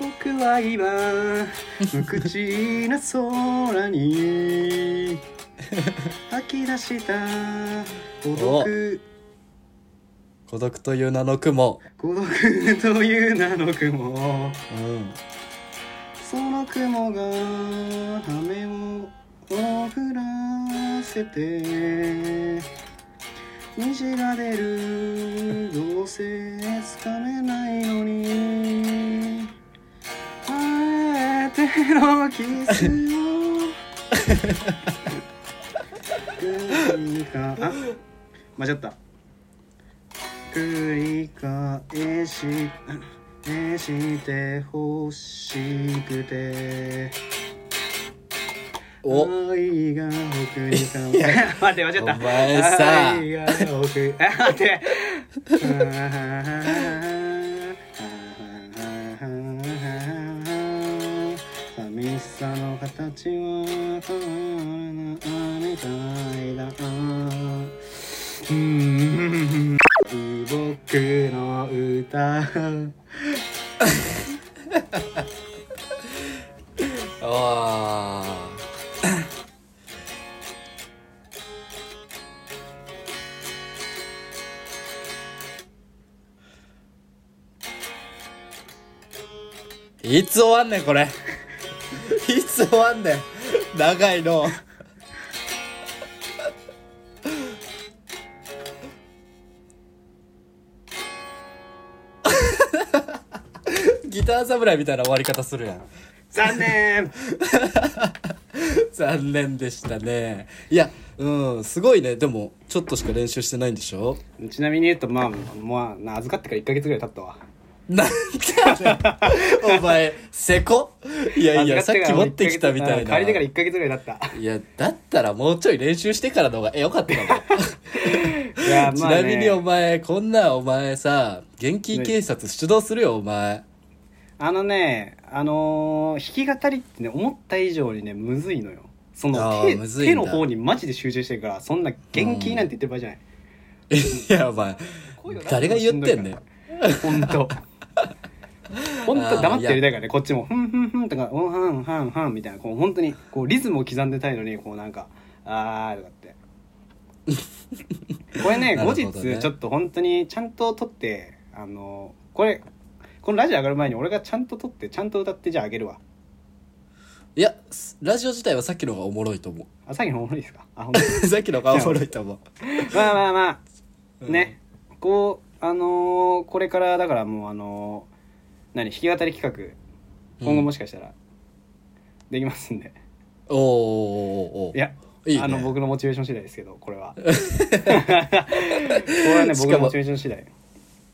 Speaker 2: 僕は今無口な空に吐き出した孤独
Speaker 1: 孤独という名の雲
Speaker 2: 孤独という名の雲
Speaker 1: うん
Speaker 2: その雲が羽を降らせて虹が出るどうせつかめないのにあえてのキスを繰りかあ間違った繰り返しねしてほしくて
Speaker 1: お
Speaker 2: 愛が奥にか
Speaker 1: い
Speaker 2: も
Speaker 1: や
Speaker 2: 待って間違った
Speaker 1: お前さ
Speaker 2: 愛が奥にあ待って寂しさの形は変わらないみたいだうん 僕の歌
Speaker 1: あーいつ終わんねんこれいつ終わんねん長いの ギター侍みたいな終わり方するやん
Speaker 2: 残 念
Speaker 1: 残念でしたねいやうんすごいねでもちょっとしか練習してないんでしょ
Speaker 2: ちなみに言うとまあまあな預かってから1ヶ月ぐらい経ったわ
Speaker 1: なんか、ね、お前せこいやいやさっ
Speaker 2: 預か
Speaker 1: き
Speaker 2: からも
Speaker 1: 持
Speaker 2: う
Speaker 1: ってきたみたい
Speaker 2: 一ヶ月うん
Speaker 1: な
Speaker 2: 借りてから
Speaker 1: い
Speaker 2: 1ヶ月ぐらい経っ
Speaker 1: やだったらもうちょい練習してからの方がえよかったかも
Speaker 2: た い や
Speaker 1: ち
Speaker 2: まあ、ね、
Speaker 1: なみにお前こんなんお前さ元気警察出動するよお前
Speaker 2: あのねあのー弾き語りってね思った以上にねむずいのよそ
Speaker 1: あ
Speaker 2: の
Speaker 1: ー
Speaker 2: 手
Speaker 1: むずいん
Speaker 2: 手
Speaker 1: だ
Speaker 2: の方にマジで集中してるからそんな元気なんて言ってる場合じゃない、
Speaker 1: いやお前
Speaker 2: 声を出すの
Speaker 1: 誰
Speaker 2: も
Speaker 1: が
Speaker 2: し
Speaker 1: 言
Speaker 2: ん
Speaker 1: っ
Speaker 2: どい
Speaker 1: て
Speaker 2: か
Speaker 1: んね
Speaker 2: ら
Speaker 1: ん
Speaker 2: 本 当。本当黙ってやり
Speaker 1: ね
Speaker 2: たいからねこっちも「ふんふんふん」とか「おんはんはんはん」みたいなこう本当にこうリズムを刻んでたいのにこうなんか「あー」とか ってこれね
Speaker 1: なる
Speaker 2: 後
Speaker 1: ほどね
Speaker 2: 日ちょっと本当にちゃんと撮ってあのこれこのラジオ上がる前に俺がちゃんと撮ってちゃんと歌ってじゃああげるわ
Speaker 1: いやラジオ自体はさっきの方がおもろいと思
Speaker 2: あさっきのおもろいですかあ本当に
Speaker 1: う さっきの方がおもろいと思う
Speaker 2: まあまあまあ
Speaker 1: うん
Speaker 2: ねこうあのーこれからだからもうあのー何弾き語り企画今後もしかしたらできますんで、
Speaker 1: おーおーおーおー
Speaker 2: いや
Speaker 1: いいね
Speaker 2: あの僕のモチベーション次第ですけどこ れはこれはね
Speaker 1: し
Speaker 2: 僕
Speaker 1: か
Speaker 2: の
Speaker 1: も
Speaker 2: モチベーション次第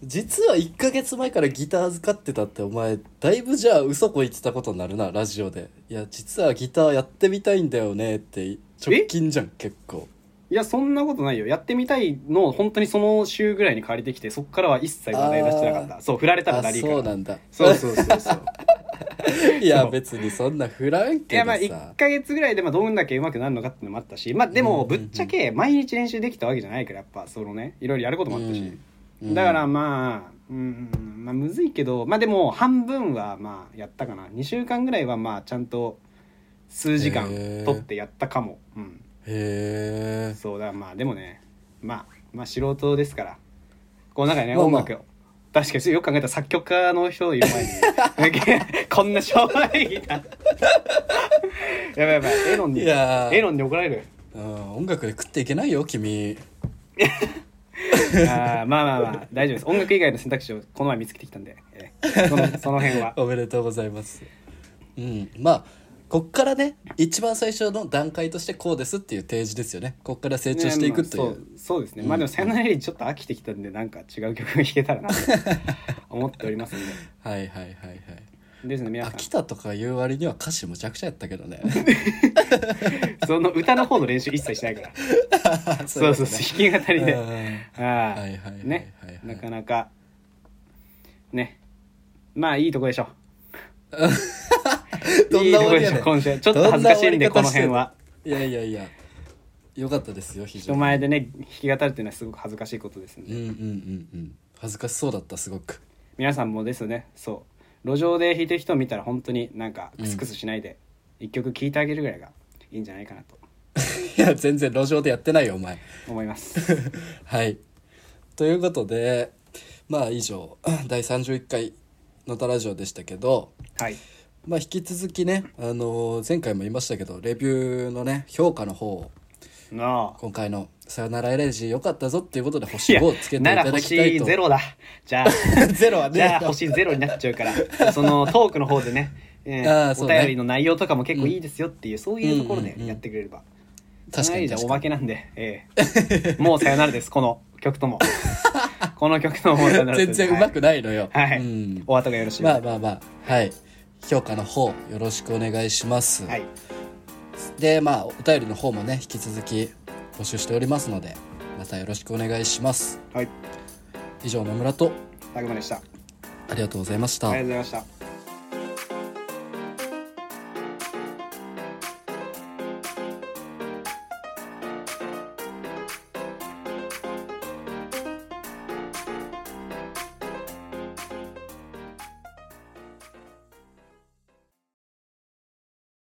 Speaker 1: 実は1ヶ月前からギター預かってたってお前だいぶじゃあ嘘こいてたことになるなラジオでいや実はギターやってみたいんだよねって直近じゃん結 構
Speaker 2: いやそんなことないよやってみたいのを本当にその週ぐらいに借りてきてそっからは一切話題出してなかったそう振られたらダ
Speaker 1: あ
Speaker 2: リーから
Speaker 1: そうなんだ
Speaker 2: そうそうそうそう
Speaker 1: いや
Speaker 2: そう
Speaker 1: 別にそんな振らん
Speaker 2: い
Speaker 1: け
Speaker 2: や
Speaker 1: ど
Speaker 2: まあ
Speaker 1: さ
Speaker 2: 1か月ぐらいでまあどんだけ上手くなるのかっていうのもあったしまあで
Speaker 1: うん
Speaker 2: も
Speaker 1: うん
Speaker 2: ぶ
Speaker 1: うん
Speaker 2: っちゃけ毎日練習できたわけじゃないからやっぱそのねいろいろやることもあったし、
Speaker 1: うん
Speaker 2: だからまあ、うんうん、まあむずいけどまあでも半分はまあやったかな2週間ぐらいはまあちゃんと数時間
Speaker 1: へー
Speaker 2: 取ってやったかも、うん、
Speaker 1: へえ
Speaker 2: そうだまあでもねまあまあ素人ですからこうなんかね、
Speaker 1: まあ
Speaker 2: 音
Speaker 1: まあ
Speaker 2: 楽を確かによく考えたら作曲家の人いる前にこんなしょうもないギターやばいやばいエロンに
Speaker 1: いやー
Speaker 2: エロンに怒られる
Speaker 1: うん音楽で食っていけないよ君
Speaker 2: あーまあまあまあ大丈夫です音楽以外の選択肢をこの前見つけてきたんで、えーそのその辺は
Speaker 1: おめでとうございますうんまあこっからね一番最初の段階としてこうですっていう提示ですよねこっから 成長していくとい
Speaker 2: ねまあ
Speaker 1: う、
Speaker 2: そうそうですね、まあでも「さよならより」ちょっと飽きてきたんでなんか違う曲が弾けたらなと思っておりますん
Speaker 1: はいはいはいはい
Speaker 2: でですね皆さ
Speaker 1: 飽きたとか言う割には歌詞むちゃくちゃやったけど ね
Speaker 2: んその歌の方の練習一切しないからそうそうそう弾き語りで、あ
Speaker 1: ね
Speaker 2: あ、
Speaker 1: はいはいはいはいはい
Speaker 2: ねなかなかねまあいいとこでしょ
Speaker 1: ど
Speaker 2: い
Speaker 1: ん
Speaker 2: い
Speaker 1: な
Speaker 2: と
Speaker 1: 終
Speaker 2: こ
Speaker 1: わり
Speaker 2: で
Speaker 1: や
Speaker 2: し
Speaker 1: ね
Speaker 2: ょ
Speaker 1: ん
Speaker 2: 今週ちょっと恥ずかしいんで
Speaker 1: ど
Speaker 2: こ
Speaker 1: んな
Speaker 2: の
Speaker 1: 終わり方してん
Speaker 2: 辺
Speaker 1: の
Speaker 2: はい
Speaker 1: やいやいやよかったですよ非常
Speaker 2: 人
Speaker 1: に
Speaker 2: 前でね弾き語るっていうのはすごく恥ずかしいことですん
Speaker 1: う
Speaker 2: で、
Speaker 1: んうんうんうん恥ずかしそうだったすごく
Speaker 2: 皆さんもですねそう路上で弾いてる人を見たら本当になんかクスクスしないで一曲聴いてあげるぐらいがいいんじゃないかなと
Speaker 1: いや全然路上でやってないよお前
Speaker 2: 思います。
Speaker 1: はいということでまあ以上 第31回「のたラジオ」でしたけど、
Speaker 2: はい
Speaker 1: まあ、引き続きね、あのー前回も言いましたけどレビューのね評価の方を
Speaker 2: なあ
Speaker 1: 今回の「さよならエレジー」良かったぞっていうことで星5をつけてい
Speaker 2: な
Speaker 1: た
Speaker 2: ら
Speaker 1: だきたい
Speaker 2: 星
Speaker 1: と
Speaker 2: ゼロだじゃあ
Speaker 1: ゼロはね
Speaker 2: じゃあ星ゼロになっちゃ うからそのトークの方でね、えー
Speaker 1: あーそ
Speaker 2: お
Speaker 1: うね
Speaker 2: 便りの内容とかも結構いいですよっていう、そういうところ
Speaker 1: う
Speaker 2: で
Speaker 1: んうんうん
Speaker 2: やってくれれば、
Speaker 1: 確かに
Speaker 2: じゃあ
Speaker 1: 確
Speaker 2: お
Speaker 1: か
Speaker 2: ま
Speaker 1: に
Speaker 2: けなんで、え えもうさよならですこの曲ともこの曲とももうさよならです
Speaker 1: 全然うまくないのよ、
Speaker 2: はい
Speaker 1: うん、
Speaker 2: お後がよろしいよう
Speaker 1: まあ
Speaker 2: で
Speaker 1: まあまあはい評価の方よろしくお願いします、
Speaker 2: はい
Speaker 1: でまあお便りの方もね引き続き募集しておりますのでまたよろしくお願いします
Speaker 2: はい
Speaker 1: 以上野村と
Speaker 2: たくまでしたあ
Speaker 1: ありがとうございました
Speaker 2: りがとうございました